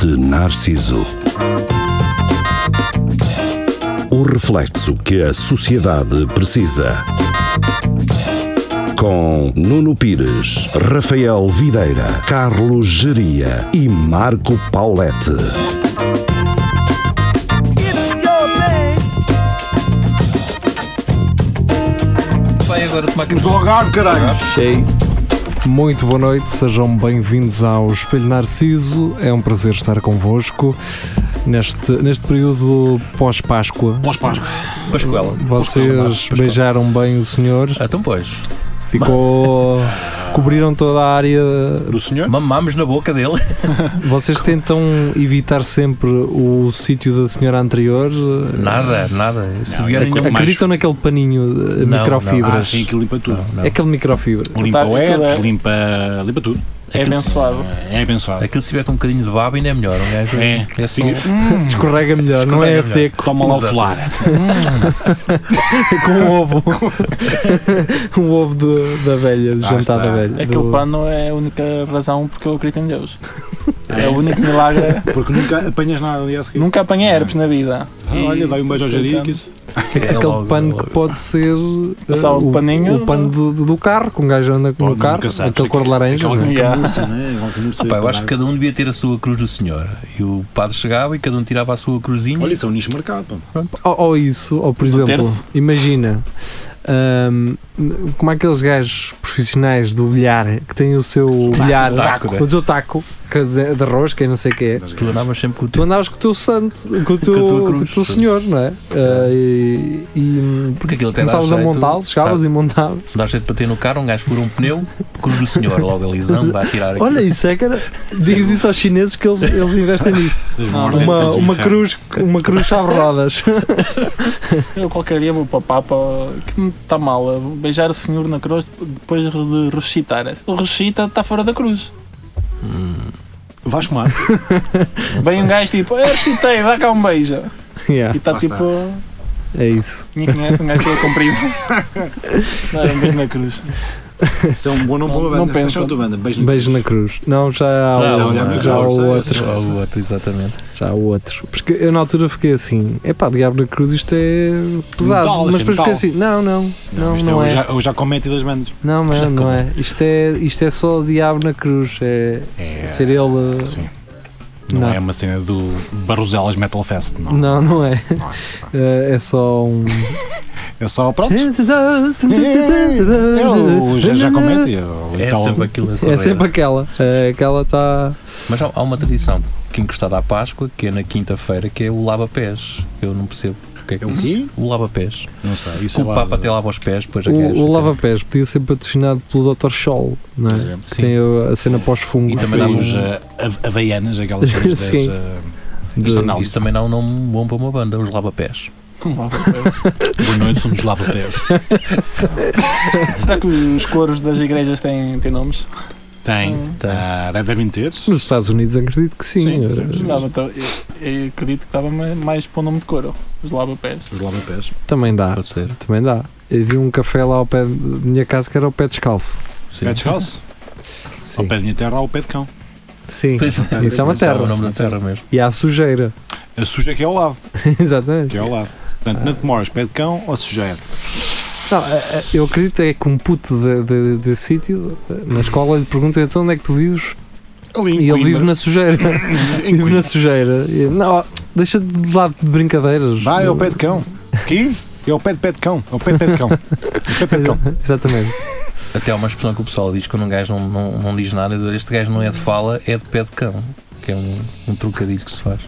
de Narciso. O reflexo que a sociedade precisa. Com Nuno Pires, Rafael Videira, Carlos Geria e Marco Paulette. Vai agora tomar Vamos ao Algarve, caralho. Cheio. Muito boa noite, sejam bem-vindos ao Espelho Narciso. É um prazer estar convosco neste, neste período pós-Páscoa. Pós-Páscoa. Pascoela. Vocês beijaram bem o senhor, Então, pois. ficou. cobriram toda a área. Do senhor? Mamámos na boca dele. Vocês tentam evitar sempre o sítio da senhora anterior. Nada, nada. Se Não, vier ainda ainda mais. Acreditam naquele paninho de Não, microfibras? Ah, sim, que limpa tudo. É Aquele microfibra. Limpa Aquilo o é- herpes, limpa, limpa tudo. É Aquilo- abençoado. É abençoado. Aquilo se tiver com um bocadinho de baba ainda é melhor. Um gajo É. é só... Sim. Escorrega melhor, não é Escorrega melhor. seco, Toma lá o Exato. folar. é com um ovo. um ovo de- da velha, de Ah, jantar está. da velha. Aquele do- pano é a única razão porque eu acredito em Deus. É, É. o único milagre. Porque nunca apanhas nada ali a seguir. Nunca apanhei herpes na vida. Ah, olha, dá um beijo ao Jeriques. É Aquele logo- pano logo. que pode ser eh, Passar o o, paninho. o pano do, do carro, que um gajo anda com Pô, o carro, nunca sabes. aquele cor de laranja. Aquela não é? Yeah. camurça, né? Aquela camurça Pá, eu acho que parada. cada um devia ter a sua cruz do Senhor. E o padre chegava e cada um tirava a sua cruzinha. Olha, isso é um nicho marcado. pô. Ou, ou isso, ou por Do exemplo, terço. imagina ahm, como aqueles gajos profissionais do bilhar que têm o seu bilhar, taco, né? o seu taco que é de arroz, que é não sei o que é. Tu andavas sempre com o Tu teu. andavas com o teu santo, com o a tua teu, com o cruz, teu sim. senhor, não é? Ah, e, e Porque aquilo até dá começavas a jeito. montá-lo, chegavas e montavas. Dá jeito para ter no carro, um gajo fura um pneu, cruz do Senhor, logo alisando, vai tirar aquilo. Olha, isso é que era. Diz isso aos chineses que eles, eles investem nisso. Vocês Uma- mordem, uma, tens o uma inferno. cruz, uma cruz chave rodas. Eu qualquer dia vou para o Papa, que não está mal, eu vou beijar o Senhor na cruz depois de ressuscitar. O ressuscita está fora da cruz. Hum. Vasco Mar. Vem um gajo tipo, eu ressuscitei, dá cá um beijo. E está Lá tipo, É isso. ninguém conhece um gajo todo comprido. Não, era um beijo na cruz. Isso é um bom nome para uma Não- não banda. Deixa pensa. a tua banda. Beijo no- Beijo na cruz. Não, Já, já um há, o, olha, já, já há o sei, outro. Ah, o outro, exatamente. Já há o outro. Porque eu na altura fiquei assim: epá, diabo na cruz isto é pesado. Metal, mas isto é depois fiquei metal. assim: não, não, não, isto não é, o é. ja- o Jacomete das bandas. Não, Já não, não como. é. Isto, é. isto é só o diabo na cruz. É É. ser ele. Sim. Não, Não. é uma cena do Barroselas Metal Fest, não. Não, não é. Não, não. É é só um. É só, pronto. É o É Ja- Jacomete. o É Italo- sempre aquilo a É correr. sempre aquela. É, Aquela está. Mas há, há uma tradição que encostada à Páscoa, que é na quinta-feira, que é o lava-pés. Eu não percebo o que é que É o isso- quê? O lava-pés. Não sei, isso Que é o lá Papa de- até lava os pés, depois é a gaja. O, o lava-pés podia ser patrocinado pelo Dr. Scholl, não Por é? exemplo. Que Sim. tem a- a cena pós-fungo. E também dá Os um- eh, havaianas, aquelas coisas Sim. das, eh, de- Não. Isso também dá um nome bom para uma banda, os lava-pés. Boa noite, somos lava-pés. Será que os coros das igrejas têm, têm nomes? Tem. Hum. Tem. Ah, devem ter. Nos Estados Unidos acredito que sim. Sim, eh, sim. Dava, então, eu, eu acredito que estava ma- mais para o nome de couro, os lava-pés. Os lava-pés. Também dá, Pode ser. também dá. Eu vi um café lá ao pé de- da minha casa que era ao pé descalço. Sim. Pé descalço. Ao Sim. pé da minha terra, há o pé de cão. sim. Pois Isso é uma terra. o nome da terra mesmo. E há sujeira. A suja que é ao lado. Exatamente. Que é ao lado. Portanto, não te moras pé de cão ou sujeira. Não, eh, eh, eu acredito é que um puto de- de- desse sítio, eh, na escola, lhe pergunta então onde é que tu vives? Ali em E ele Coimbra. vive na sujeira. Em Vive na Coimbra. sujeira. E, não, deixa de lado de brincadeiras. Vai ao pé de cão. Aqui? É o pé de pé de cão. É o pé de pé de cão. É o pé de pé de cão. Exatamente. Até há uma expressão que o pessoal diz quando um gajo não, não, não diz nada, eu digo, este gajo não é de fala, é de pé de cão. Que é um, um trocadilho que se faz.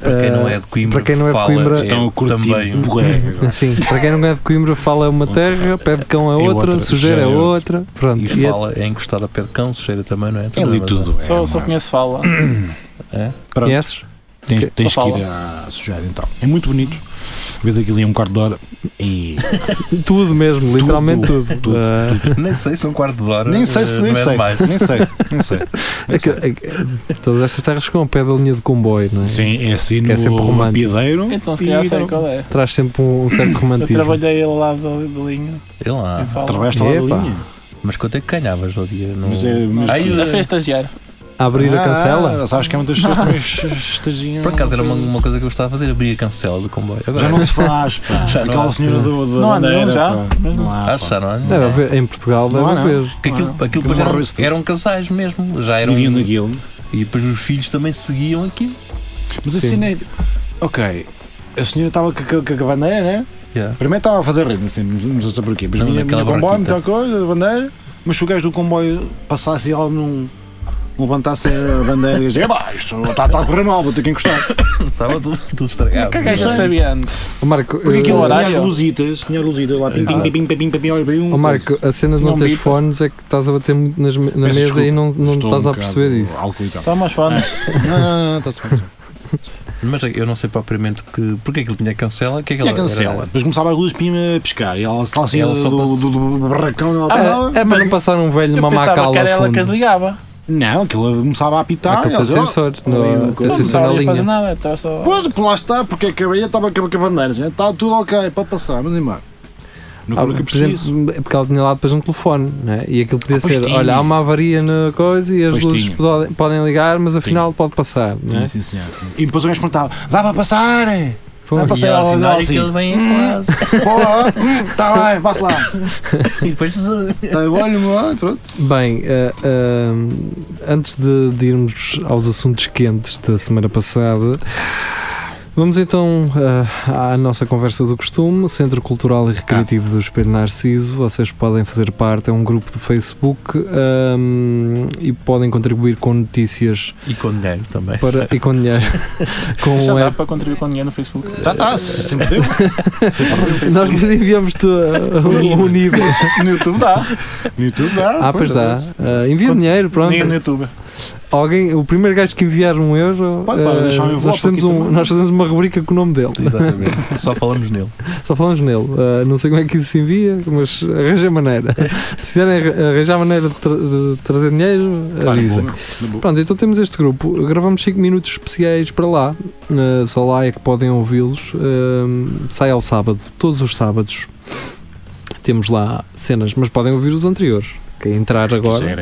Para quem não é de Coimbra, para quem não é de fala Coimbra- Estão a curtir também um- borrego. Sim, para quem não é de Coimbra, fala é uma terra, pé de cão é E outra, outra, sujeira sujeira é é outra. Pronto, E e é- fala é encostado a pé de cão, sujeira também, não é? É Também, ali mas- tudo. é Só, só uma- conheço fala. Pronto. conheces? Tens, Ok. tens Só que fala. ir à sujeira então. É muito bonito. Vês aquilo em um quarto de hora e. Tudo mesmo, literalmente tudo. tudo, Ah, Nem sei se um quarto de hora. Nem sei eh, se nem não é sei. demais. Nem sei. Nem sei. é que- é que- todas essas terras ficam ao pé da linha de comboio, não é? Sim, é assim Que é sempre no romântico. Mapideiro. Então se e calhar sei não- qual é. Traz sempre um, um certo Eu romantismo. trabalhei ele lá da, da linha. Sei lá. Ah, em fala. Através da Epá. linha. Mas quanto é que ganhavas no dia? No... Mas é- mas- Ai, Já eh, fez estagiário. a abrir a cancela? Ah, sabes que é muitas pessoas também es- estagiam. Por acaso era uma, uma coisa que eu gostava de fazer, abrir a cancela do comboio. Agora, Já não se faz, pá. Já não Aquela há. senhora do, do Não há nenhum bandeira, já? pá. Mas não. Não há. acho que já não é? Deve haver, em Portugal Não deve há, não. haver. Que aquilo, Ah, aquilo que depois eram, morreu isso tudo. eram casais mesmo, já eram. Viviam naquilo. E depois os filhos também seguiam aquilo. Mas a Sim. cena é. Ok. A senhora estava com, com- com a bandeira, né? Yeah. Primeiro estava a fazer ritmo, assim, não sei porquê. Mas Não, vinha naquela vinha comboio, barraquita. muita coisa, a bandeira. Mas se o gajo do comboio passasse e ela não levantasse a bandeira e dizia: "Epá, isto está está a correr mal, vou ter que encostar. Estava tudo, tudo estragado. que a gaja sabia antes? Ó Marco, Porque eh, aquilo Tinha horário? as luzitas, tinha as luzitas lá, pim, pim, Exato. pim, pim, pim, pim, pim, olha, um pim, ó Marco, a cena de não Não teres bipa. fones é que estás a bater muito nas- na Peço mesa e desculpa, não, não Estou estás um a perceber bocado isso. alcoolizado. Toma as fones. Não, não, não, tá não, está-se bem. Mas eu não sei propriamente que, porque aquilo tinha cancela. Que é que Tinha ela- cancela. era- Depois começava as luzes pim a piscar e ela lá assim Ela do, só do, do, passou- do barracão ela Ah, estava- É para não passar um velho Eu mamar pensava cala que era ao ela que as fundo. ligava. Não, aquilo começava a apitar. Aquele ela tem dizia, sensor. "Oh, ali não- uma Tem coisa." Não sensor na estava a fazer linha. nada, estava só. Pois, por lá está, porque é a cabeça estava com a bandeira. assim, Está tudo ok, pode passar, mas embora. Ah, Nunca nunca por percebi isso. exemplo, é porque ela tinha lá depois um telefone né? e aquilo podia Ah, pois ser: tinha. olha, há uma avaria na coisa e as Pois luzes tinha. podem, podem ligar, mas afinal pode é? passar. Né? Sim, sim, senhor. E depois o gajo perguntava: dá para passar? Pois. Dá para E sair ela ela assinava olhava e assim? aquilo bem quase. Está bem, passa lá. E depois. eh, Tá, Está bom, olha, pronto. Bem, eh, eh, antes de, de irmos aos assuntos quentes da semana passada, vamos então eh, à nossa conversa do costume, Centro Cultural e Recreativo Ah. do Espelho Narciso. Vocês podem fazer parte, é um grupo de Facebook ehm, e podem contribuir com notícias E com dinheiro também. para, e com dinheiro. com Já um dá app. para contribuir com dinheiro no Facebook. Já está, Tá, sempre deu. Nós enviamos-te o Um nível. No YouTube dá. No YouTube dá. Ah, pois dá. Eh, envia dinheiro, pronto. Dinheiro no YouTube. Alguém, o primeiro gajo que enviar um euro, Pode, pode eh, deixar um nós, envelope fazemos aqui um- também. nós fazemos uma rubrica com o nome dele. Exatamente. Só falamos nele. Só falamos nele. Eh, não sei como é que isso se envia, mas arranja maneira. Se quiserem arra- arranjar maneira de, tra- de trazer dinheiro, avisem. Pronto, então temos este grupo. Gravamos 5 minutos especiais para lá. Eh, só lá é que podem ouvi-los. Eh, sai ao sábado, todos os sábados. Temos lá cenas, mas podem ouvir os anteriores. Quem entrar agora.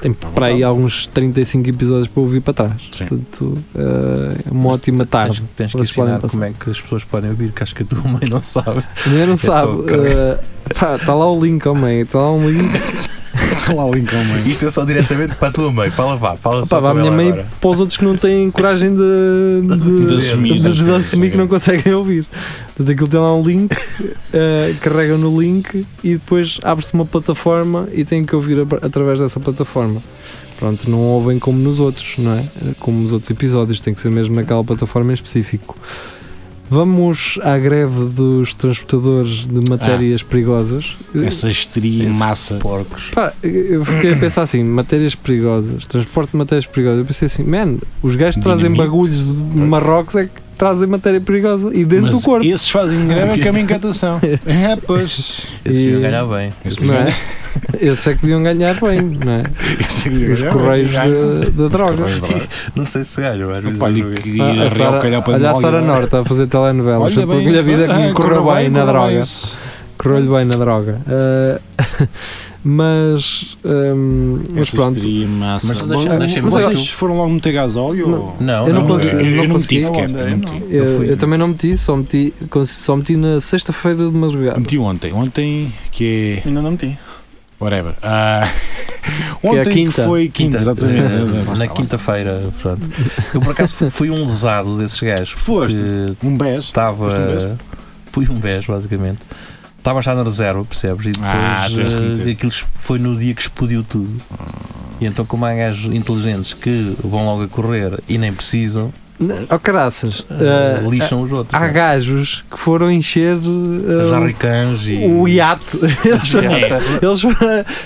Tem para aí alguns 35 episódios para ouvir para trás. Sim. Portanto, eh, é uma Mas ótima Tens, tarde. tens que Vocês podem ensinar passar. como é que as pessoas podem ouvir, que acho que a tua mãe não sabe. A mulher não É sabe. só, cara. Está lá o link, homem. Está lá um link. Está Tá lá o Lincoln, mãe. Isto é só diretamente para a tua mãe. Fala, vá, fala Opa, vá a minha mãe para os outros que não têm coragem de, de, De assumir, de- de ok, assumir que ok. não conseguem ouvir. Portanto, aquilo tem lá um link, eh, carregam no link e depois abre-se uma plataforma e têm que ouvir a- através dessa plataforma. Pronto, não ouvem como nos outros, não é? Como nos outros episódios, tem que ser mesmo naquela plataforma em específico. Vamos à greve dos transportadores de matérias perigosas. Essa histeria em Esse- massa. Porcos. Pá, eu fiquei a pensar assim, matérias perigosas, transporte de matérias perigosas. Eu pensei assim, man, os gajos que trazem Dinamite. bagulhos de Marrocos é que trazem matéria perigosa e dentro Mas do corpo. Esses fazem greve a caminho que atenção. É, pois. Esses E- deviam ganhar bem. Não é? Esse é que deviam ganhar bem, não é? Os correios da- da droga. Não sei se ganham, às vezes. eu Olha joguei. que Ah, a Sara, olha a Sara Norte a fazer telenovelas. Olha a vida é então, que me ah, correu bem na droga. Correu-lhe bem na droga. Ah, mas, hum, mas pronto. Massa. Mas deixa- deixa-me Mas ver vocês tu. foram logo meter gasóleo? ou- Não, Eu não consigo- é- eu não Eu não meti consegui. sequer. Não, eu não meti. Eu, fui. eu também não meti, só meti, só meti na sexta-feira de madrugada. Meti ontem. Ontem que é. Ainda não meti. Whatever. Ah, é a Ontem que quinta. foi quinta, É, exatamente. Lá está, lá Na está. quinta-feira, pronto. Eu por acaso fui, fui um lesado desses gajos. Foste. porque Um beijo. Estava. Foste um beijo? fui um beijo, basicamente. Estava já na reserva, percebes? E depois Ah, tu és eh, contigo. aquilo es- foi no dia que explodiu tudo. E então, como há gajos inteligentes que vão logo a correr e nem precisam, N- Oh caraças, Ah, eh, eh, lixam os outros. há não é? gajos que foram encher eh, Os Harricans e. o iate. Eles, eles foram,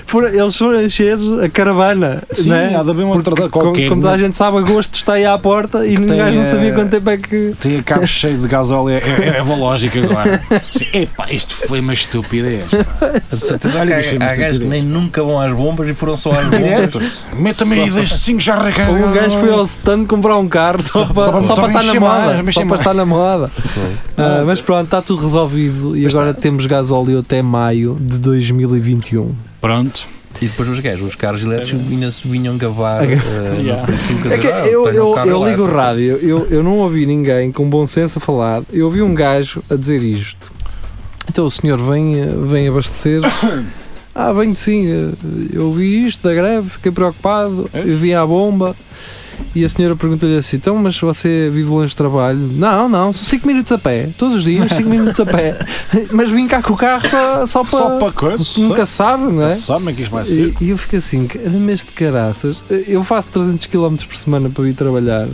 foram- eles foram encher a caravana, Sim, né? há de haver uma Porque, atrasada como, qualquer. um. como tá toda a gente sabe, agosto está aí à porta e o tem, gajo não sabia eh, quanto tempo é que. Tem cabo cheio de gasóleo. É, é, é lógica agora. Sim, Epá, isto foi uma estupidez. pá. De certeza Olha, que há- isto é uma há gajos que estupidez. nem nunca vão às bombas e foram só às bombas. Direto. Meta-me aí destes 5 jarracas. Um gajo foi ao stand comprar um carro só, Só- para, só para- só só para para estar na encher mais, moda. mas encher Só para mais. estar na moda. Ah, mas pronto, está tudo tá. resolvido e um. agora temos gasóleo até maio de 2021. Pronto. E depois os gajos, os carros elétricos ainda se vinham gabar A- eh, Yeah. no Facebook. a É dizer, que "Ah, eu, tenho um eu, carro eu ligo o elétrico." rádio, eu, eu não ouvi ninguém com bom senso a falar, eu ouvi um gajo a dizer isto. Então o senhor vem, eh, vem abastecer. Ah, venho sim, eh, eu ouvi isto da greve, fiquei preocupado, eu vim à bomba. E a senhora pergunta-lhe assim: então, mas você vive longe de trabalho? Não, não, são 5 minutos a pé, todos os dias 5 minutos a pé. Mas vim cá com o carro só, só para. Só para coisa. nunca sabe, não é? Sabe como é que isto vai ser? E, e eu fico assim, caramba, este caraças. Eu faço 300 km por semana para ir trabalhar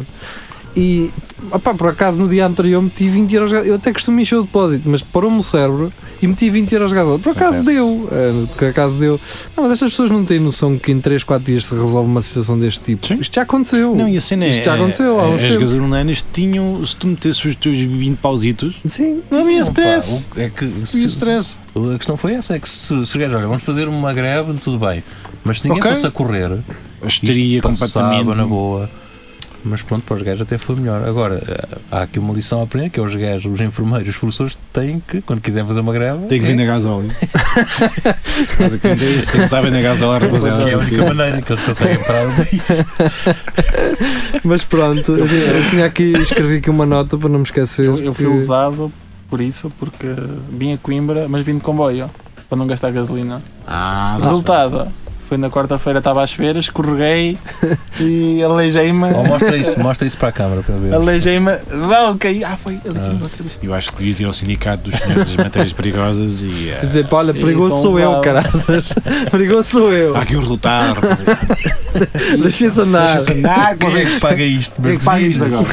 e, opá, por acaso no dia anterior meti 20 euros. ga- Eu até costumo encher o depósito, mas parou-me o cérebro e meti 20 euros de gasóleo. Por acaso Acontece. deu. eh, Por acaso deu. Não, mas estas pessoas não têm noção que em 3, 4 dias se resolve uma situação deste tipo. Sim. Isto já aconteceu. Não, e assim é. Isto já aconteceu é, há uns As tempos. gasolineras tinham, se tu metesses os teus 20 pausitos, Sim. não havia Não, pá, stress. o- É que Não havia se, stress. a questão foi essa: é que se, se os gajos, olha, vamos fazer uma greve, tudo bem. Mas se ninguém Ok. fosse a correr, Eu Isto estaria passava completamente. na boa. Mas pronto, para os gajos até foi melhor. Agora, eh, há aqui uma lição a aprender que é os gajos, os enfermeiros, os professores têm que, quando quiserem fazer uma greve, Tem que é, vender gasóleo. Mas aqui não tem isso, tem que usar vender gasóleo que rapaziada. é a única maneira que eles conseguem parar o país. Mas pronto, eu, eu tinha aqui, escrevi aqui uma nota para não me esquecer. Eu, eu fui que- usado por isso, porque vim a Coimbra, mas vim de comboio, para não gastar gasolina. Ah, Resultado, foi na quarta-feira, estava às feiras, escorreguei e aleijei-me. Ou mostra isso, mostra isso para a câmara para ver. Aleijei-me. Zau, caí. Ah, foi. Aleijei-me outra vez. Eu acho que devias ir ao sindicato dos senhores das matérias perigosas e. eh, Quer dizer, pá, olha, E perigoso são sou eu, usados. caraças. perigoso sou eu. Há aqui um resultado. rapaziada. Deixa-se andar. Deixa-se andar, Quem é que paga isto? Quem é que paga isto agora?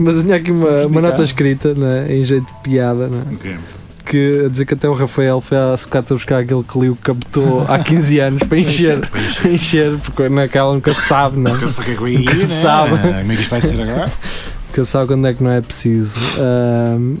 Mas eu tinha aqui uma, Somos uma nota ligados. escrita, né, em jeito de piada, né, Ok. que a dizer que até o Rafael foi à sucata buscar aquele Clio que captou há 15 anos para encher, para encher porque naquela nunca se sabe, né? Nunca sei o que é que vai ir, Que né? sabe. Como é que isto vai ser agora? nunca se sabe quando é que não é preciso. Ahm,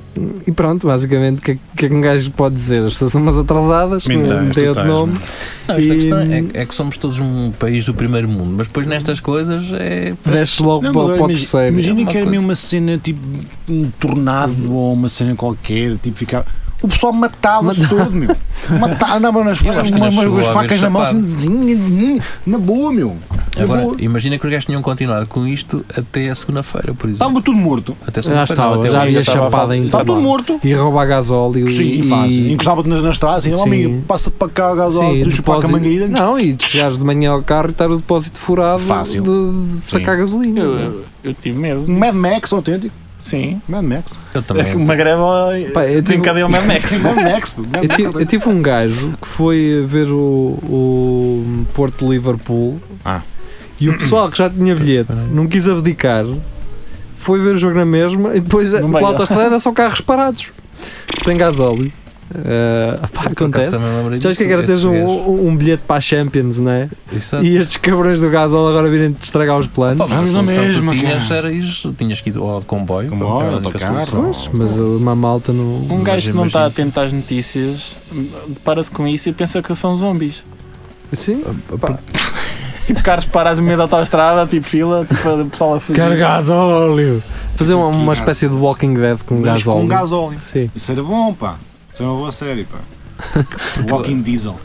e pronto, basicamente, o que, é- o que é que um gajo pode dizer? As pessoas são umas atrasadas, não Mentais, tem outro totais, nome. mano. Não, isto a E- questão é, é que somos todos um país do primeiro mundo, mas depois nestas coisas é. Desce logo Não, mas para, olha, para o Ah, imagi- terceiro. Imaginem imagina- uma que era coisa. mesmo uma cena tipo um tornado ou uma cena qualquer, tipo ficar. O pessoal matava-se todo, meu. Matava, andavam nas Eu acho facas, que com ainda chegou as a facas haver na mão, chapado. assim, zin, zin, na boa, meu. Na boa. Agora, imagina que os gajos tinham continuado com isto até a segunda-feira, por exemplo. Estava tudo morto. Até Ah, Já segunda-feira, não, estava, até já hoje. havia estava- chapada em Estava todo tudo lado. morto. E roubar gasóleo Sim, tá e, fácil. Então, e, Encostava-te nas, nas traças e Sim. oh, amigo, passa para cá o gasóleo, Sim, tu para cá a depósito- mangueira. Não, e tu chegares de manhã ao carro e estar o depósito furado Fácil. de, de sacar gasolina. Eu, eu, eu tive medo. Um Mad Max autêntico. Sim. Mad Max. Eu também. Uma greve Pá, eu tive- desencadeou o Mad Max. Sim, Mad Max. pô. Mad Eu Max tive, eu autêntico. tive um gajo que foi ver o, o Porto Liverpool Ah. e o pessoal que já tinha bilhete não quis abdicar, foi ver o jogo na mesma e depois Não pela vai. autostrada são carros parados, sem gasóleo. Ah, pá, acontece. Já acho que agora tens um, um- um bilhete para a Champions, né? é E estes cabrões do gasóleo agora virem te estragar os planos. Vamos Vamos na a mesma, mesma. Tinhas, cara. era isso. Tinhas que ir ao de comboio. é um Comboio, era a única autocarro. solução. Mas uma malta não. Um gajo que Imagina, não está imagina. atento às notícias depara-se com isso e pensa que são zombies. Sim, Tipo, carros parados no meio da autostrada, tipo fila, tipo, o pessoal a fugir. quero gasóleo. Fazer uma, Aqui, uma gás. espécie de Walking Dead com Mas Um gasóleo. com gasóleo. Sim. Isso era bom, pá. Isso era uma boa série, pá. Walking Diesel.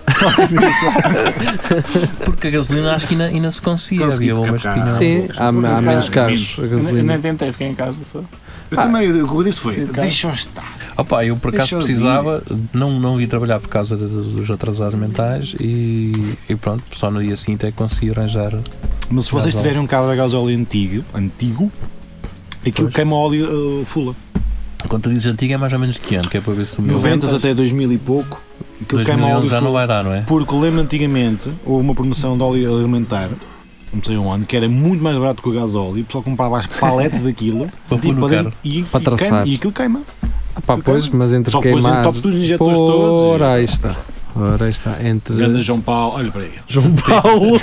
Porque a gasolina acho que ainda, ainda se conseguia. Consegui Havia umas que captar. tinham. Sim, há, há menos Menos. carros a Eu nem- eu é- gasolina. nem tentei, fiquei em casa só. Eu também, o que eu disse foi, Sim, cara. deixa-o estar. Opa, eu por Deixa acaso eu precisava, não, não ia trabalhar por causa do- dos atrasados mentais e, e pronto, só no dia seguinte é que consegui arranjar. Mas se vocês Gasóleo. tiverem um carro a gasóleo antigo, antigo aquilo queima óleo uh, fula. Quando tu dizes antigo é mais ou menos de que ano, que é para ver se o meu 90 até 2000 e pouco, aquilo queima 2011 óleo já não fula. vai dar, não é? Porque lembro antigamente, houve uma promoção de óleo alimentar, não sei onde, que era muito mais barato que o gasóleo e o pessoal comprava as paletes daquilo Para pôr tipo, no para carro. dentro, e, e, Para queima, traçar. e aquilo queima. Ah, pá, pois, mas é entre Só depois queimar. entope todos os injetores todos. Ora, aí e- está. Ora, aí está. Grande Entre João Paulo, olha para aí. João Paulo.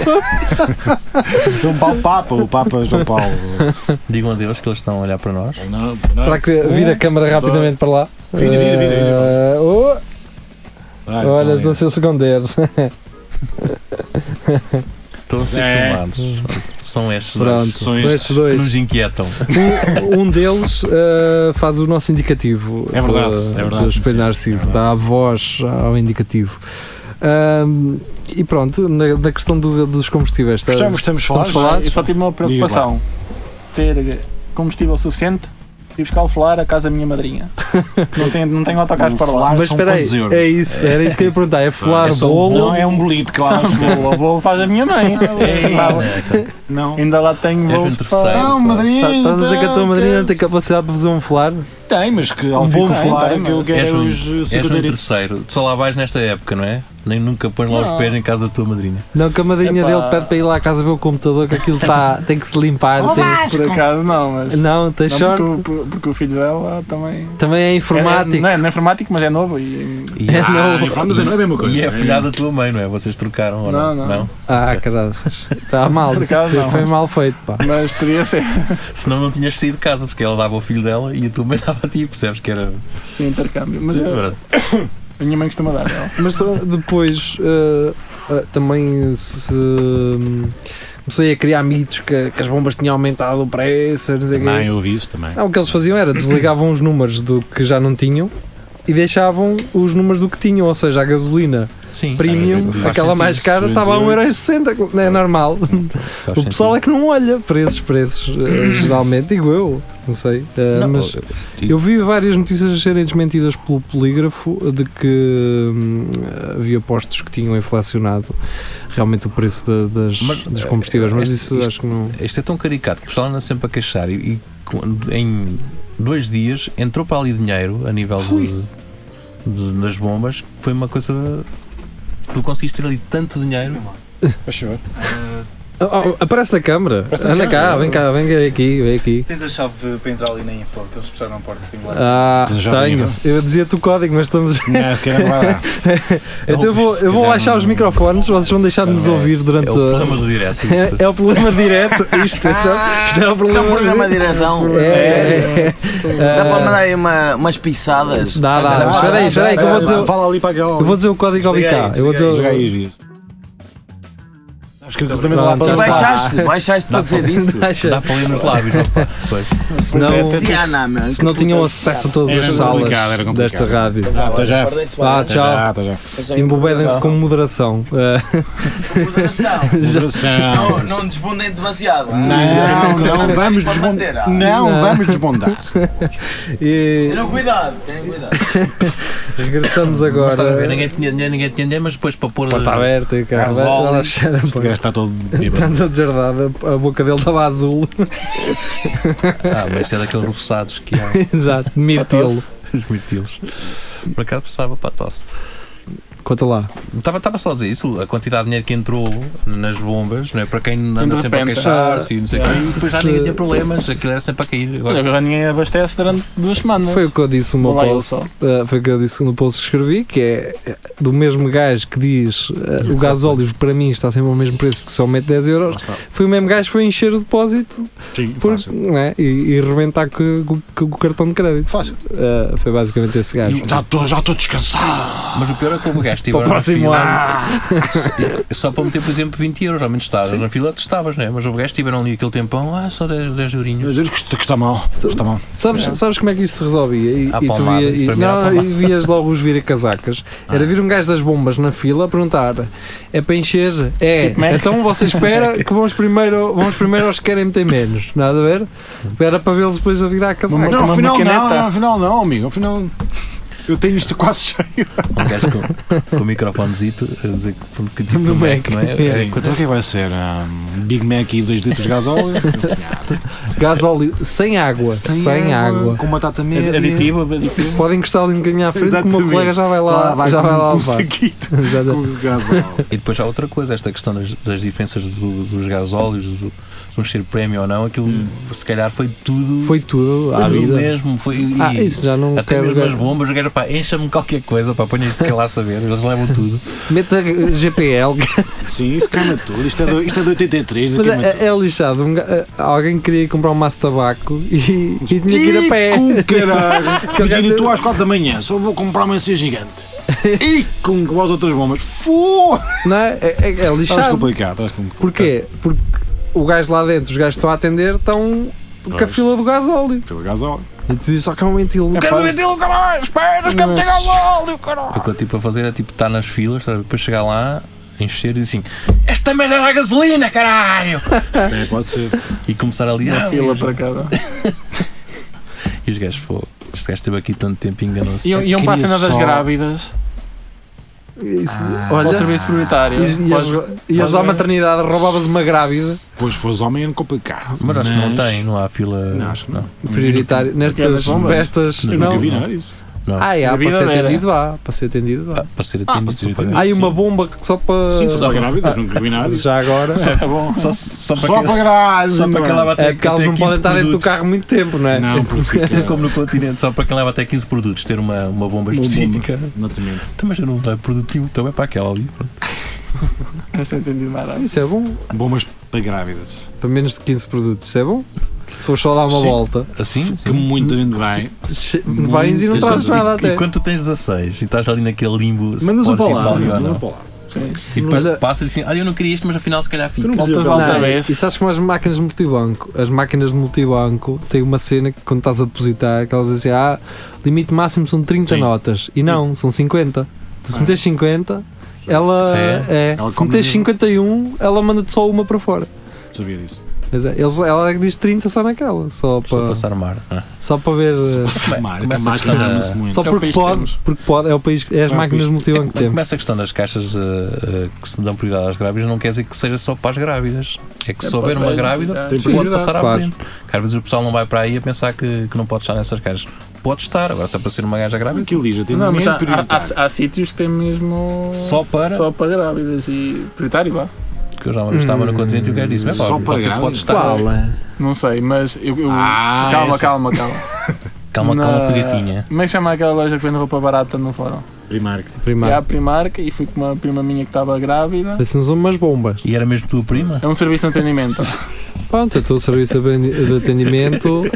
João Paulo um Papa, o Papa João Paulo. Digam adeus que eles estão a olhar para nós. Não, não. Será que vira a câmara rapidamente para lá? Vira, vira, vira, vira. Ah, oh, Ah, então olha, é. estão a ser secundeiros. Estão a ser É. filmados. São estes dois Pronto, são São estes estes. que dois. nos inquietam. Um, um deles ah, faz o nosso indicativo É verdade, ah, é verdade, do sim, Espelho sim. Narciso, É verdade, dá a sim. voz ao indicativo. Ahm, e pronto, na, na questão do- dos combustíveis, tá? está- Estamos, estamos estamos falados. falados? Eu só tive uma preocupação: ter eh, combustível suficiente e buscar o folar a casa da minha madrinha. não, tenho, não tenho autocarros O para lá. folar- Mas são espera aí, quantos euros? é isso, era isso que eu ia perguntar: é folar É só um bolo? Não é um bolito, claro. É, O bolo faz a minha mãe. É, Não. Ainda lá tenho És um bolos terceiro. para. Não, madrinha. Tá- Estás a dizer que a tua então, madrinha não tem queres- capacidade para fazer um folar? Tem, mas que ao Um bom bom falar tem, é que eu mas- És quero um- os És um cinquenta terceiro. Tu só lá vais nesta época, não é? Nem nunca pões lá os pés em casa da tua madrinha. Não, que a madrinha Epá. dele pede para ir lá à casa ver o computador, que aquilo tá, tem que se limpar. Oh, tem- Por acaso não, mas. não, tem Não, short. porque, o- por- porque o filho dela também. Também é É, informático. não, é, não é informático, mas é novo. E, É, não. Vamos dizer, Ah, não é a mesma coisa. E é a filhada da tua mãe, não é? Vocês trocaram ou não? Não, não. Ah, caraças. Está mal. Por isso acaso não, Foi mas- mal feito, pá. mas podia ser. Senão não tinhas saído de casa, porque ela dava ao filho dela e a tua mãe dava a ti, percebes que era. Sim, intercâmbio. É Mas uh, a minha mãe costuma dar. ela. Mas só depois eh, eh, também se, hum, comecei a criar mitos que, que as bombas tinham aumentado o preço, não sei o quê. Também eu ouvi isso também. Não, o que eles faziam era desligavam os números do que já não tinham e deixavam os números do que tinham, ou seja, a gasolina Uhum. Sim. premium, faz aquela mais sentido, cara, estava a 28. 1,60€, não é normal. O pessoal é que não olha para esses preços, eh, geralmente, digo eu, não sei. eh, Não, mas eu- eu vi várias notícias a serem desmentidas pelo polígrafo de que hum, havia postos que tinham inflacionado realmente o preço da- das, Mas, dos combustíveis, mas este- isso isto- acho que não. Isto é tão caricato que o pessoal anda sempre a queixar e, e com- em dois dias entrou para ali dinheiro a nível de- de- das bombas, que foi uma coisa. Tu conseguiste ter ali tanto dinheiro. Oh, oh, aparece na câmara, Aparece na anda cá, câmara. vem cá, vem aqui, vem aqui. Tens a chave para entrar ali na Info, que eles fecharam a porta, tenho lá. Ah, Já tenho. Eu dizia-te o código, mas estamos. Não, que era lá. Então eu vou, eu vou baixar os microfones, vocês vão deixar de nos ouvir durante. É o problema do direto. isto. É, é o problema direto. Isto, é- isto é o Isto é problema. um programa direto. diretão. É, Dá para mandar aí uma, umas pisadas. Dá, dá, Ah, mas espera aí, espera aí, que eu vou dizer. Fala ali para aquela. Eu vou dizer o código ao Desliga aí, BK. Eu vou desliga Joga aí, dizer. Gias. Acho que eu também dá lá Pronto, para já está. Baixaste, baixaste para dizer isso. Deixa. Dá para ler nos lábios, opa. Pois. Senão, Ciana, man. Ah, se não tinham acesso a todas Era as salas complicado, era complicado. desta rádio. Ah, então até é. já. Vá, Até já, tchau. até já. Embobedem-se com moderação. Eh, Moderação. Não, não desbundem demasiado. Não, não vamos Para manter, desbondar. ah. Não vamos desbondar. Eh, E Tenham cuidado, tenham cuidado. regressamos Mas estás a ver, agora. ninguém tinha dinheiro, ninguém tinha dinheiro, mas depois para pôr. Porta aberta e o cara. Às vai- vai lá aulas. fechar a O porta. gajo está todo bêbado. Tanta deserdada, a boca dele estava azul. Ah, mas isso é daqueles roçados que há, Exato, mirtilo. os mirtilos. Por acaso precisava para a tosse. Conta lá. Estava, estava só a dizer isso, a quantidade de dinheiro que entrou nas bombas, não é? Para quem anda de sempre a repente. é. queixar-se e não sei o quê, e depois já Se- ninguém tinha problemas, aquilo era sempre a cair. Olha, Agora, agora ninguém abastece durante duas semanas. Foi o que eu disse no meu Vou lá eu post. só. eh, foi o que eu disse no post que escrevi, que é eh, do mesmo gajo que diz eh, o gás óleo para mim está sempre ao mesmo preço porque só mete 10 euros. Foi o mesmo gajo que foi encher o depósito Sim, por- fácil. não é? e, e rebentar com, com- com o cartão de crédito. Fácil. Eh, foi basicamente esse gajo. Já estou já estou descansado. mas o pior é como o gajo Para o estiver na próximo fila, Ah! ano. só para meter, por exemplo, 20 euros, ao menos estavas na fila, tu estavas, não é? Mas o gajo estiveram ali aquele tempão, ah, só 10, 10 Meu eurinhos. Deus, que está- que está mal. que Está mal. Sabes, sabes como é que isto se resolvia? E, À e tu palmada, Ah. via, isso e- para mim era à não, e vias logo os vira-casacas. Era vir um gajo das bombas na fila a perguntar: é para encher? É. Tipo Mac. então você espera que vamos primeiro, vamos primeiro aos que querem meter menos. Nada a ver? Era para vê-los depois a virar a casaca. Não, uma afinal não, maquineta. não, afinal não, amigo. Afinal, eu tenho isto quase cheio. Um gajo com, com o microfonezito a dizer que, porque tipo No um Mac, não é? é. Sim. Quanto é que vai ser? Um, Big Mac e 2 litros de gasóleo? Gás óleo sem água. Sem, água. Com batata média. Aditivo, aditivo. Podem encostar ali um bocadinho à frente que o meu Exatamente. colega já vai lá, já vai, com lá um levar. saquito Exato. com gasóleo. E depois há outra coisa, esta questão das, das diferenças do- dos gasóleos, do, de um ser prémio ou não, aquilo se calhar foi tudo. Hum. Foi tudo à tudo vida. mesmo. Foi, e- Ah, isso já não Até quero mesmo as ver. bombas, o gajo, pá, encha-me qualquer coisa, pá, ponha isto que é lá saber, eles levam tudo. Meta GPL, Sim, isso queima tudo. Isto é do, isto é do 83. isso Mas queima é, é lixado. um ga- alguém queria comprar um maço de tabaco e, e tinha que ir a pé. Com caralho. Que Imagina, gajo- tu às 4 da manhã, só vou comprar uma ceia gigante. E com com as outras bombas. Fu! Não é? É, é- é Estás lixado. complicado, estás complicado. Porquê? Porque o gajo lá dentro, os gajos que estão a atender, estão com a Pois. fila do gás óleo. Pelo gasóleo. E tu dizes, só que é um ventilo. Não queres o ventilo, caralho! Espera, que me chega o óleo, caralho! O que eu tipo a fazer é tipo estar nas filas, sabe? depois chegar lá, encher e dizer assim: Esta merda era a gasolina, caralho! É, pode ser. E começar ali Na "Ah, fila e- para cada. E os gajos, pô, este gajo esteve aqui tanto tempo e enganou-se. Iam, iam para a Queria cena um das só- grávidas, Isso, para o olha, serviço prioritário. e- e as- Pode- ias pode- à maternidade, roubavas uma grávida. Pois fores homem é complicado. Mas acho que não tem, não há fila. Não, acho que não. Prioritário. Nestas das bombas? bestas. Eu Eu não. nunca vi nada disso. Não. Ah, é, Na para vida ser não era. atendido, vá. Para ser atendido, vá. Ah, para ser atendido. para ser atendido. Ah, Há e aí uma uma bomba que só para. Sim, só Só- grávida, nunca vi nada disso. já agora. É bom. Só, só para Só que- para grávida. só para quem leva até É porque elas até não podem 15 estar dentro do produtos. carro muito tempo, não é? Não, porque Isso é como no continente, só para quem leva até 15 produtos, ter uma, uma bomba específica. Exatamente. Então, mas eu não levo produto nenhum, então é para aquela ali. pronto. Não sei entendido mais nada. Isso é bom. Bombas para grávidas. Para menos de 15 produtos, isso é bom. Se for só dar uma Sim. volta, Assim? Que muita gente vai. che- vais e não Muitas trazes vezes. nada E até. quando tu tens 16 e estás ali naquele limbo, se Mandas um podes para ir para lá. ali ou Mandas um não. para lá. E depois Olha- passas assim, olha, eu não queria isto, mas afinal se calhar fica. não Voltas lá outra Não, vez. e sabes como as máquinas de multibanco? As máquinas de multibanco têm uma cena que quando estás a depositar, que elas dizem assim, ah, limite máximo são 30 Sim. notas. E não, são 50. Tu se Ah. meteres 50, ela é. É? Ela se come meteres mesmo. 51, ela manda-te só uma para fora. Sabia disso. Mas é, eles, ela é que diz 30 só naquela, só Estou a para, passar mar. só para ver. eh, Marca, começa a marca, questão da- ama-se muito. Só É o porque país pode, temos. porque pode, é o país, é as É o máquinas de país- multibanco que temos. Começa a questão das caixas eh, eh, que se dão prioridade às grávidas, não quer dizer que seja só para as grávidas. É que É se houver para uma as grávida, velhas, tem pode prioridade, passar à claro. frente. Porque Às vezes o pessoal não vai para aí a pensar que, que não pode estar nessas caixas. Pode estar, agora se aparecer uma gaja grávida, Aquilo diz, Não, mas atendimento há, prioritário. há- há- há sítios que têm mesmo. Só para- Só para grávidas e prioritário, vá. que eu já estava no continente e o gajo disse: "Mas, pá, Só para você grávidas? pode estar. Qual é? Não sei, mas eu. eu- Ah, calma, essa. calma, calma. Calma, Na- calma, fogatinha. Como é que chama aquela loja que vende roupa barata no fórum? Primark. Fui à Primeiro. Primark e fui com uma prima minha que estava grávida. Parece-nos umas bombas. E era mesmo tua prima? É um serviço de atendimento. Pronto, então o serviço atendi- de atendimento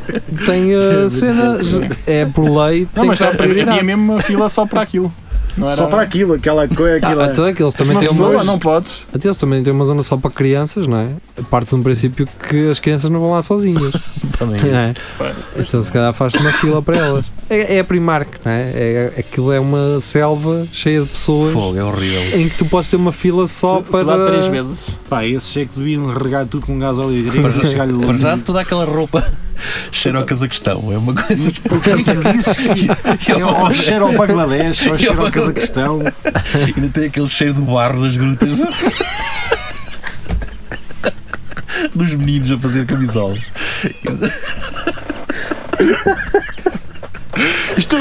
tem a cena, é por lei, tem Não, mas que dar já havia prioridade. mesmo uma fila só para aquilo. Não era... Só para aquilo, aquela coisa, Ah, aquela. então é que eles também Uma têm pessoa, uma, não podes. até eles também têm uma zona só para crianças, não é? Parte-se de um princípio que as crianças não vão lá sozinhas, Também. não é? Então se calhar faz-se uma fila para elas. É, é a Primark, não é? é? Aquilo é uma selva cheia de pessoas Fogo, é horrível. em que tu podes ter uma fila só Fui lá três para... vezes. Pá, esses é que deviam regar tudo com gás óleo grego Para para já- chegar-lhe Para longe. já, toda aquela roupa cheira ao Cazaquistão. É uma coisa. Mas porquê que dizes que é ou cheiro ao Bangladesh, ou cheiro ao Cazaquistão? Ainda tem aquele cheiro do barro das grutas. Dos meninos a fazer camisolas. Isto,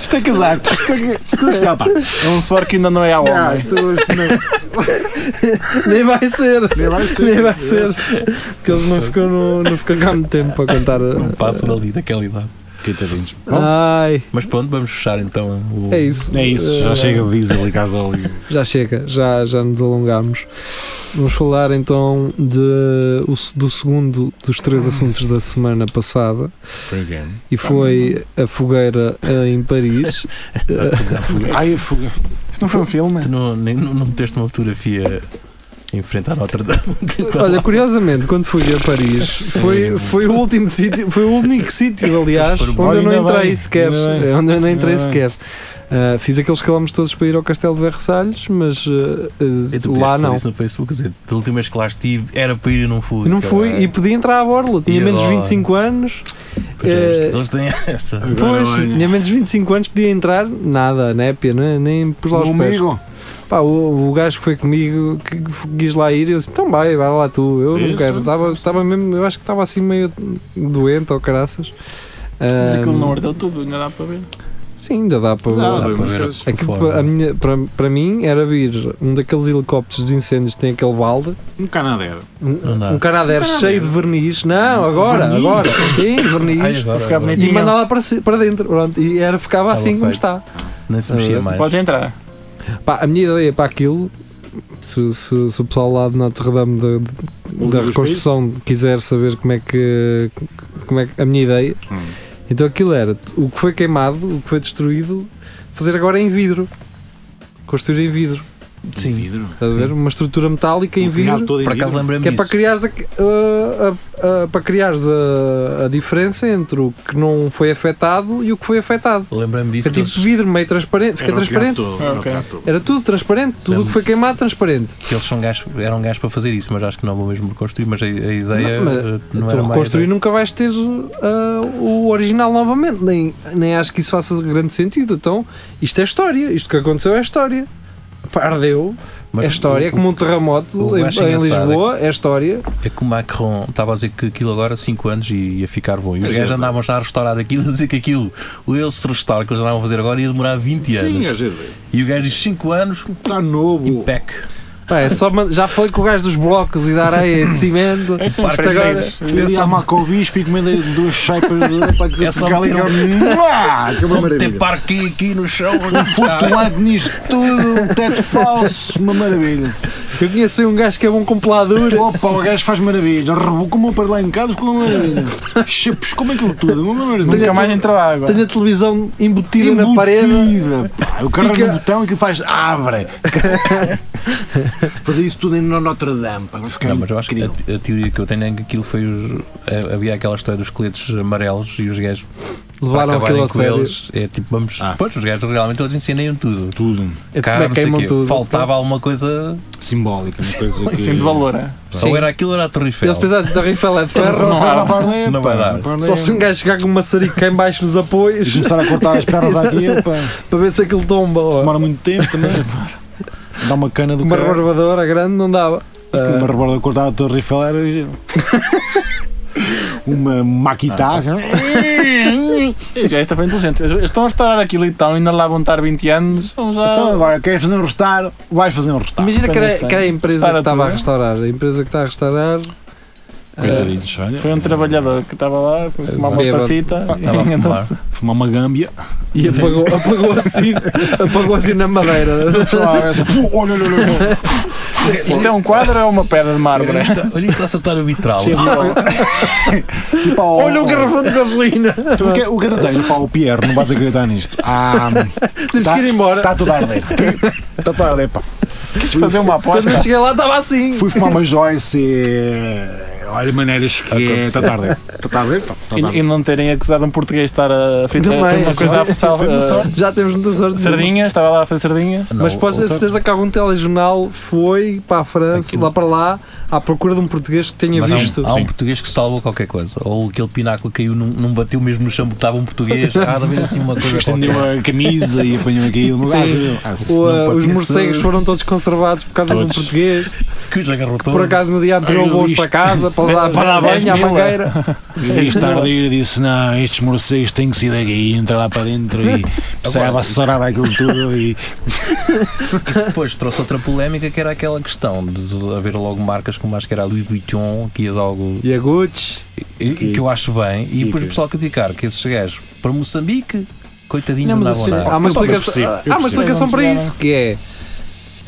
isto é casaco. Isto é, isto está, pá. É um suor que ainda não é a Ah, homem. isto hoje não. Nem vai ser! Nem vai ser. Nem vai ser. Porque eles não ficam, no, não ficam cá muito tempo para contar. Não passam dali daquela idade. Coitadinhos. Ai, Mas pronto, vamos fechar então o. é isso. É isso, já Eh, chega de diesel e gás óleo. Já chega, já, já nos alongámos. Vamos falar então de, o se- do segundo dos três assuntos da semana passada e Tá foi a fogueira eh, em Paris. Ai, a fuga. Isto não foi um filme? Tu não, nem, não, não meteste uma fotografia em frente à Notre Dame. Olha, curiosamente, quando fui a Paris, foi, foi o último sítio, foi o único sítio, aliás, Foram- onde eu não Ainda entrei bem, sequer. ainda bem. Onde eu não entrei Ainda sequer. Ah, fiz aqueles quilómetros todos para ir ao Castelo de Versalhes, mas ah, ah, E tu lá podias pôr não. Isso no Facebook, quer dizer, da última vez que lá estive era para ir e não fui. Eu não fui caralho. e podia entrar à borla, tinha E menos agora? 25 anos. Pois é, eh, Eles têm essa. Agora Pois, é. olha. tinha menos 25 anos, podia entrar, nada, né, népia, nem, é nem pus lá os Um Meu pés. amigo. Pá, o, o gajo que foi comigo, que quis lá ir, eu disse, então vai, vai lá tu, eu não Isso. quero. Estava, estava mesmo, eu acho que estava assim meio doente ou caraças. Mas Ah, aquilo não é- ardeu tudo, ainda dá para ver. Sim, ainda dá para. Dá, bem, Dá para Ah, mas ver coisas. por É que fora. pa- a minha, para, para mim era vir um daqueles helicópteros de incêndios que tem aquele balde, Um canadero. Não dá. um, um canadair cheio de verniz. Não, agora, Verniz? agora, sim, verniz. Ai, é agora, ficar agora. bonito. E Tinha. mandava para, ci- para dentro, pronto, e era, ficava Estava assim como feito. está. Nem se Ah, mexia mais. Podes entrar. Pá, a minha ideia para aquilo, se, se- se o pessoal lá de Notre Dame da- de- da dos reconstrução quiser saber como é que como é que- a minha ideia, Hum. então aquilo era o que foi queimado, o que foi destruído, fazer agora em vidro, construir em vidro. Sim. vidro. Estás a ver? Uma estrutura metálica em vidro. Todo em Por acaso vidro. lembrei-me Que é disso. para criares, a, a- a- para criares a, a diferença entre o que não foi afetado e o que foi afetado. Lembrei-me disso. É tipo que, eles, vidro meio transparente, fica Era o telhado transparente. todo, Ah, era o ok. telhado todo. Era tudo transparente, tudo o que foi queimado transparente. que eles são gajos, eram gajos para fazer isso, mas acho que não vou mesmo reconstruir. Mas a, a ideia Não, mas eh, não, É, tu era má reconstruir ideia. nunca vais ter ah, o original novamente, nem, nem acho que isso faça grande sentido. Então, isto é história, isto que aconteceu é história. Pá, Ardeu, Mas é história, é como um terremoto o em, gajo engraçado em é que- Lisboa, é história. É que o Macron estava a dizer que aquilo agora 5 anos e ia ficar bom. E os Mas gajos é- andavam já a restaurar aquilo, a dizer que aquilo, o ele se restaurar que eles andavam a fazer agora ia demorar 20 Sim, anos. às vezes. E o gajo diz 5 anos, Está tá novo. PEC. Pá, é. é só man- já falei com o gajo dos blocos e da areia e de cimento. É sem Isto agora, Ele ia a Macovís, e comendo duas chaipas para É só Portugal e meter Mua! Que Só maravilha. meter parque aqui no Um chão. Flutuante nisto tudo, um teto falso, uma maravilha. eu conheci um gajo que é bom com peladura. Opa, o gajo faz maravilha. Rebocou uma para lá em casa, ficou uma maravilha. Chapos, como é que ele tudo? Uma maravilha. Nunca mais entrou água. Tenho a televisão embutida, na parede. Embutida, pá. O carro Fica- no botão e que faz abre. Fazer isso tudo em Notre Dame, pá. Vai ficar Não, mas eu acho que é a, incrível. a teoria que eu tenho é que aquilo foi. Os, a- havia aquela história dos coletes amarelos e os gajos para Levaram acabarem aquilo um a com sério. eles. É tipo, vamos. Ah. Pois, os gajos realmente eles ensinam tudo. Tudo É Cara, como é não que sei quê. queimam tudo. Faltava alguma coisa. simbólico, uma coisa que. Sim, de valor. é? Sim. Ou era aquilo ou era a Torre Eiffel. Então, Eles pensavam que a Rifel é de ferro. Não, há. Não vai dar. é? Só se um gajo chegar com um maçarico cá em baixo nos apoios Começar a cortar as pernas aqui, pá. para ver se aquilo tomba. Isso ó. demora muito tempo também. Dá uma cana do Uma caralho. rebarbadora grande não dava. Com uma Ah, reborda cortada da Torre Eiffel era giro. Uma Assim, maquitagem. Os gajos também inteligentes. Eles estão a restaurar aquilo e tal, ainda lá vão estar 20 anos. Vamos já. Então agora, queres fazer um restado? Vais fazer um restado. Imagina que também era, sei. que era a empresa Estar que a estava a tua. restaurar. A empresa que está a restaurar. ah, Coitadinhos, olha. Foi um trabalhador que estava lá, foi fumar uma Bêbado. passita Ah, Estava a e andou-se. fumar. Fumar uma gâmbia. e apagou, apagou assim apagou assim na madeira. Olha, olha, olha. Isto é um quadro ou é uma pedra de mármore? Olha isto- Olha isto a acertar o vitral. Olha o garrafão de gasolina. Tipo O que, é- o que eu tenho? Pá, o Pierre, não vais acreditar nisto. Ah, Temos Tá. que ir embora. está tudo a arder. Está tudo a arder, pá. Quis fazer uma Quando eu aposta. cheguei lá estava assim. Fui fumar uma Joyce e... Olha, maneiras que... Está a arder. Está a arder, pá. Tá E, a arder. e não terem acusado um português de estar a fritar Também, foi uma só- coisa a fazer foi uma uh, Já temos muita sorte. sardinhas, estava lá a fazer sardinhas. Não, Mas posso ter certeza que algum telejornal foi para a França, Aquilo- lá para lá, à procura de um português que tenha Mas há um- visto. Há um, português que salvou qualquer coisa. Ou aquele pináculo caiu, não, não bateu mesmo no chão porque estava um português. Ah, de haver assim uma coisa é qualquer. Estendeu a camisa e apanhou aquilo. Sim. Ah, sim. Ah, sim. Ou, ah, Não, pá, os isso- morcegos foram todos conservados por causa de um Todos. português. Que já agarrou todo. Por acaso no dia anterior Ai, eu vou isto. para casa para dar, para dar Dez banho à mil, é. mangueira. Mais tarde eu disse: Não, estes morcegos têm que sair daqui. Entra lá para dentro e precisava acelerar aquilo tudo. E Isso depois trouxe outra polémica que era aquela questão de haver logo marcas como acho que era a Louis Vuitton, que ia logo. E a Gucci. e- Que eu acho bem. E depois que- o pessoal criticar que esses gajos para Moçambique, coitadinho, não, Não, não mas davam assim, há nada. uma Mas, olha, eu explicação, percebo, eu há uma percebo. explicação para Não isso, que é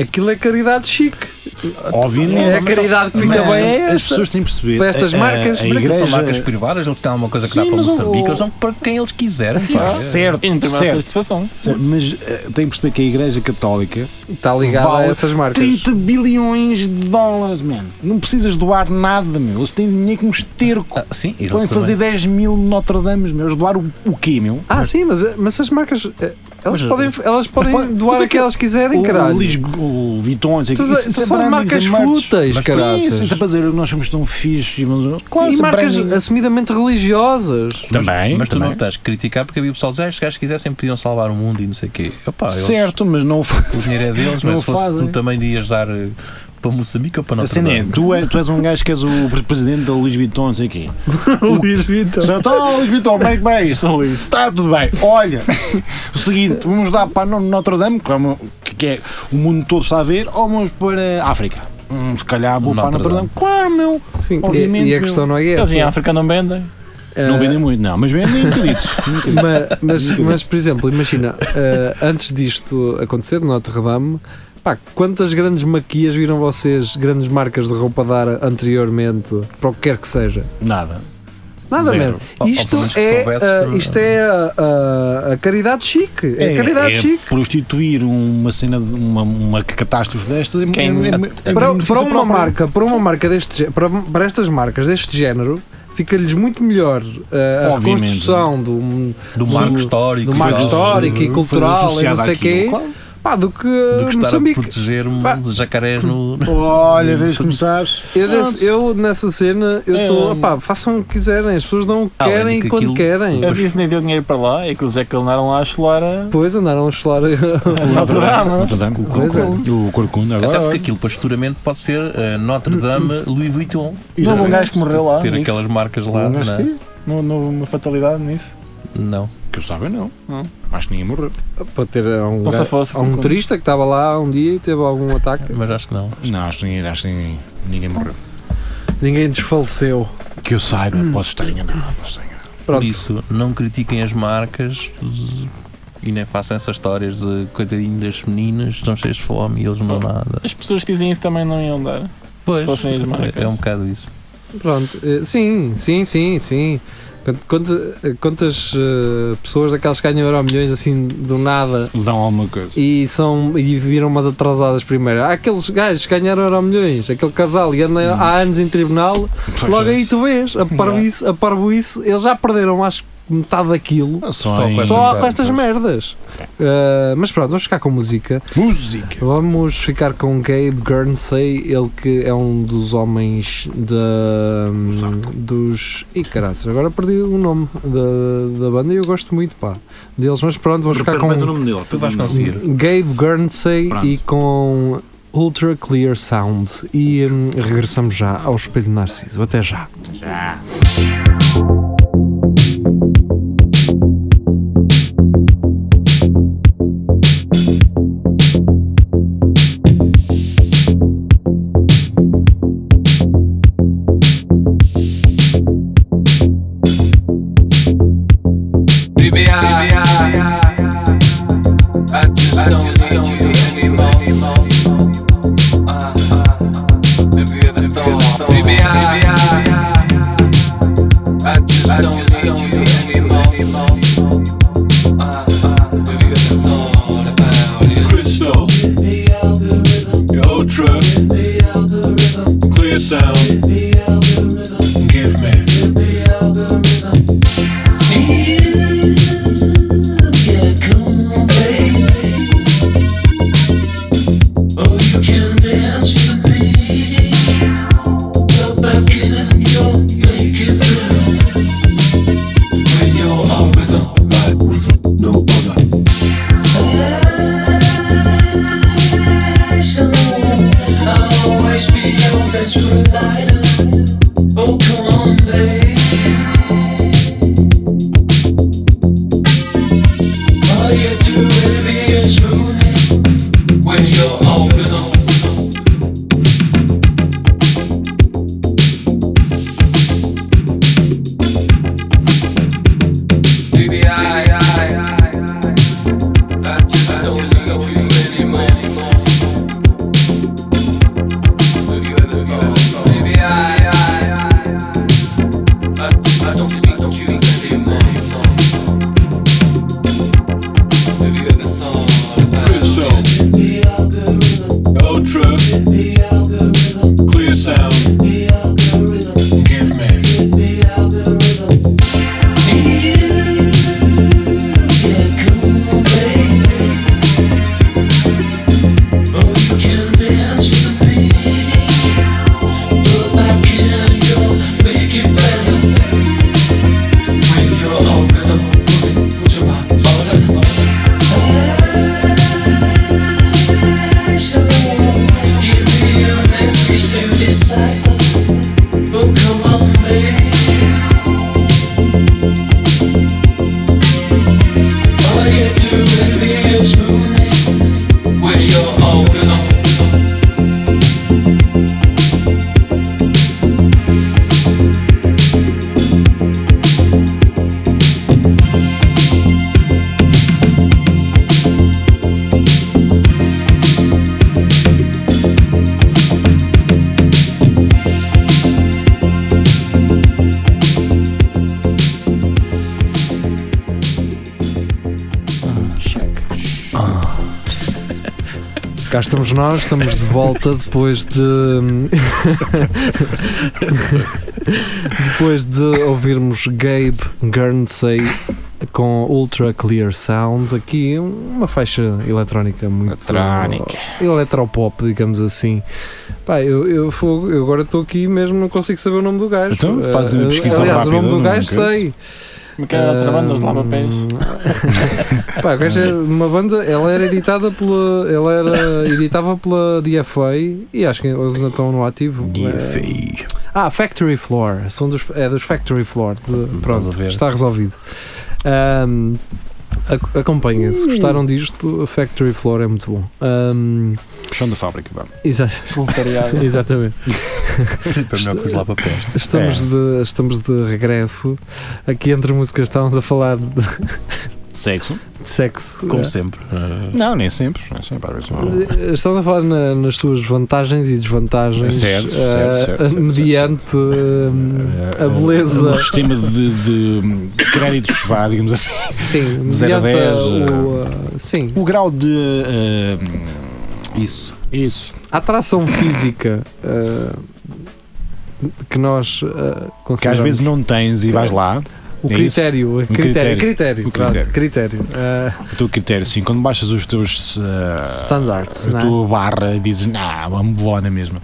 aquilo é caridade chique. É a obviamente. caridade que fica mas bem é as esta. pessoas têm que perceber. Para estas a- a- marcas, a mas é Porque igreja. são marcas privadas, eles têm alguma coisa que dá Sim, para mas o- Moçambique, eles vão para quem eles quiserem. pá. Certo, E não teve certo, ações de fação. certo, mas eh, têm que perceber que a Igreja Católica Está ligada Vale a essas marcas. 30 bilhões de dólares, mano. Não precisas doar nada, meu. Eles têm dinheiro com um esterco. Ah, sim, eles Podem também. fazer 10 mil Notre Dames, meu. Eles doaram o, o quê, meu? Ah, sim, mas, mas as marcas. eh, Elas Mas- podem, elas podem pode- doar mas o que aquilo- elas quiserem, O, Ah, caralho. Lisgo- o Viton, isso, Então, isso, isso é são branding, marcas isso é merch. fúteis, Mas- caralho. Sim, sem fazer o que nós somos tão fixe e vamos. Claro, e isso é marcas branding. assumidamente religiosas. Também, Mas tu também. não tens que criticar porque havia pessoal que dizia, "Ah, estes gajos quisessem podiam salvar o mundo e não sei o quê. Opa, eles- Certo, mas não o o fazem. dinheiro é deles, Não mas se fosse fazem. tu também ias dar eh, para Moçambique ou para A Notre cena é, Dame. tu, é, tu és um gajo que és o presidente da Luís Vuitton, não sei o quê. Luís Vitor. Só então, Luís Vuitton, bem que bem, São Luís. Está "Tá tudo bem. Olha, o seguinte, vamos dar para no- Notre Dame, que é, uma- que é- o mundo todo está a ver, ou vamos para a África. Hum, se calhar vou para Notre Notre Dame. Dame. Claro, meu. Sim, e- Obviamente, e, a meu. questão não é Eles em essa. África não vendem. Eh, Não vendem muito, não, mas vendem um bocadito. um bocadito. Ma- mas, mas, por exemplo, imagina, eh, antes disto acontecer, no Notre Dame, pá, quantas grandes maquias viram vocês, grandes marcas de roupa dar anteriormente, para o que quer que seja? Nada. Nada Zero. mesmo. Ou- ou Isto pelo menos que é, soubesses, ah, não é? isto é ah, a caridade chique. É, caridade é chique. prostituir uma cena, de uma, uma catástrofe desta é, Quem- é- é- é Para, benefício para uma próprio. marca, para uma marca deste gé- para, para estas marcas deste género, fica-lhes muito melhor ah, a Obviamente. construção do, Do Do- marco histórico. do marco sabe? histórico e cultural e associado não sei o quê, àquilo, claro. pá, do que Do que estar a Moçambique. proteger um Pá. jacarés no. Olha, vês como sabes. Eu, desse- eu nessa cena, eu estou, pá, façam o que quiserem, as pessoas não Além de querem que quando aquilo- é. querem. A Disney deu dinheiro para lá e que os é que andaram lá a chular a Depois andaram a chular a Notre Dame. Notre Dame, o Pois é. Corcunda. O Corcunda Até agora. porque olha. aquilo, depois, futuramente, pode ser eh, Notre Dame, Louis Vuitton. Não houve um gajo que morreu lá. Ter nisso? aquelas marcas lá. Não, acho não é? que- Não não houve uma fatalidade nisso. Um Não. Que eu saiba, não. Não. Acho que ninguém morreu. para ter um, Então se ga- fosse. há um com- turista que estava lá um dia e teve algum ataque. Mas acho que não. Não, acho que ninguém, acho que ninguém, ninguém morreu. Hum. Ninguém desfaleceu. Que eu saiba, posso estar enganado. Posso estar enganado. Pronto. Por isso, não critiquem as marcas e nem façam essas histórias de coitadinho das meninas, estão cheias de fome e eles não dão nada. As pessoas que dizem isso também não iam dar. Pois, fossem as marcas. é um bocado isso. Pronto, eh, sim, sim, sim, sim. Quant- quanta- eh, Quantas eh, pessoas daquelas que ganham euro milhões assim do nada Dão alguma coisa. e, são, e viram umas atrasadas primeiro? Há aqueles gajos que ganharam euro milhões, aquele casal e anda Uhum. há anos em tribunal, Pois logo é. aí tu vês, a parboice, a parboice, eles já perderam acho que metade daquilo Ah, Só, Só em- com estas só com estas merdas. Eh, mas pronto, vamos ficar com música. Música. Vamos ficar com Gabe Guernsey, ele que é um dos homens da. dos. Ih, caraças, agora perdi o nome da, da banda e eu gosto muito, pá, deles, mas pronto, vamos ficar com. Repete o nome dele. Tu vais conseguir. Gabe Guernsey Pronto. e com Ultra Clear Sound. E hum, regressamos já ao Espelho de Narciso. Até já. Baby, I, I just don't need you anymore. Uh, have you ever thought? Baby, I, I just don't need you anymore. Uh, have you ever thought about it? Crystal, Ultra, Clear Sound, Give me. Oh, come on, babe. All you do baby, is ruin me when you're all alone. Baby, I, I, I just don't need you anymore. Have you ever thought, baby, I, I, I just don't need you anymore? Have you ever thought about Ultra. Clear sound. Give me. Yeah, come on, baby. Oh, you can dance for me, but I can't. You'll make it better when you're all rhythm, moving to my order. Give Cá estamos nós, estamos de volta depois de. depois de ouvirmos Gabe Guernsey com Ultra Clear Sound, aqui uma faixa eletrónica muito. Eletrónica. Eletropop, digamos assim. Pá, eu, eu, fogo- eu agora estou aqui mesmo, não consigo saber o nome do gajo. Então, faz uma Eh, pesquisa Aliás, o nome rápida, do não gajo queres? sei. Como é que era outra banda, os Ahm, Lavapés? Hum. Pá, o gajo é uma banda, ela era editada pela. Ela era editava pela DFA e acho que eles ainda estão no ativo. DFA. Ah, Factory Floor. São dos, é dos Factory Floor. de- pronto, Estás a ver. está resolvido. Ahm, ac- Acompanhem, se gostaram disto, Factory Floor é muito bom. Ahm, Puxão da fábrica, vá. exa- Voluntariado. exatamente. Tipo, Sempre melhor que os lá papéis. Estamos, É. de, estamos de regresso. Aqui entre músicas estávamos a falar de, de Sexo? sexo. Como Eh, sempre. É. Não, nem sempre. Nem sempre, às vezes não. eh, Estamos a falar na- nas suas vantagens e desvantagens Certo, certo, eh, certo, certo, mediante eh, a beleza. O É, um sistema de, de créditos, vá, digamos assim. Sim, zero a mediante dez, o, eh, sim, O grau de. eh, isso. Isso. a atração física eh, que nós eh, Que às consideramos vezes não tens e vais lá. o é isso? critério, o critério, critério. critério, O claro, critério, eh, O teu critério, sim. Quando baixas os teus. eh, standards, a não é? tua barra e dizes, nah, vamos voar na mesma.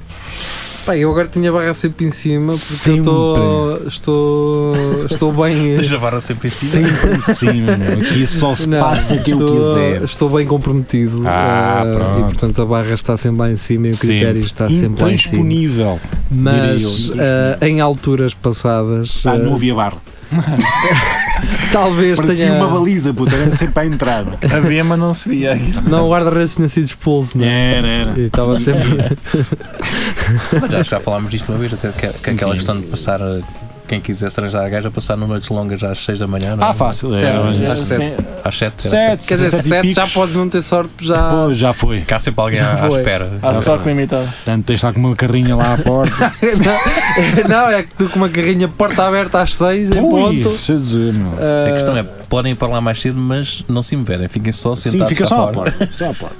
Pá, eu agora tinha a barra sempre em cima porque Sempre. eu estou, estou, estou bem. Deixa a barra sempre em cima. Sempre em cima, meu. aqui só se Não, passa quem eu estou- quiser. Estou bem comprometido. Ah, eh, pronto. e portanto a barra está sempre lá em cima e o Sim. critério está sempre lá em cima. Intransponível. Mas diria eu, eh, em alturas passadas, Ah, eh, não havia barra. talvez Parecia tenha. uma baliza, puta, era sempre a entrar. Havia, mas não se via. Não, o guarda-redes tinha sido expulso, não é? Era, era. E estava sempre. Mas já, já falámos disto uma vez, até que, que aquela questão de passar. eh, Quem quisesse arranjar a gaja, passar noites longas às 6 da manhã. não é? Ah, fácil. Certo, era, já era. sei. Às 7. Sete, Quer dizer, sete e sete já picos. podes não ter sorte, porque já. Pô, já foi. Cá há sempre alguém Já à, à foi. espera. Há estoque limitado. Portanto, tens de estar com uma carrinha lá à porta. não, não, é que tu com uma carrinha porta aberta às 6 em Ui, ponto. deixa eu dizer, meu. A eh, questão é, podem ir para lá mais cedo, mas não se impedem, fiquem só Sim, sentados fica cá só à fora. porta. Só à porta.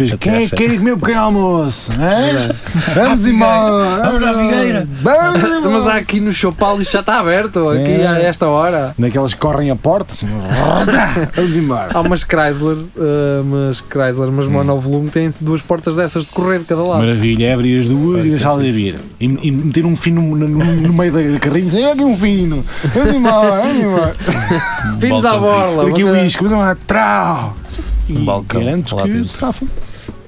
Depois, Até Quem é às que sete. quer comer o pequeno almoço? hã? Vamos embora. Vamos à Figueira. Vamos embora. eh, Mas há aqui no Chopal isto já está aberto, aqui É. a esta hora. Daquelas que correm a porta. Assim, vamos embora. Há umas Chrysler, eh, umas Chrysler, mas monovolume, têm duas portas dessas de correr de cada lado. Maravilha, é abrir as duas e deixá-las abrir. E, e meter um fino no, no- no meio da da carrinha e dizer: Eu dei um fino, vamos embora, vamos embora. Vimos à balcãozinho. borla. Aqui uma o coisa- isco, vamos embora, trau! E Um balcão, garanto lá que dentro. safam.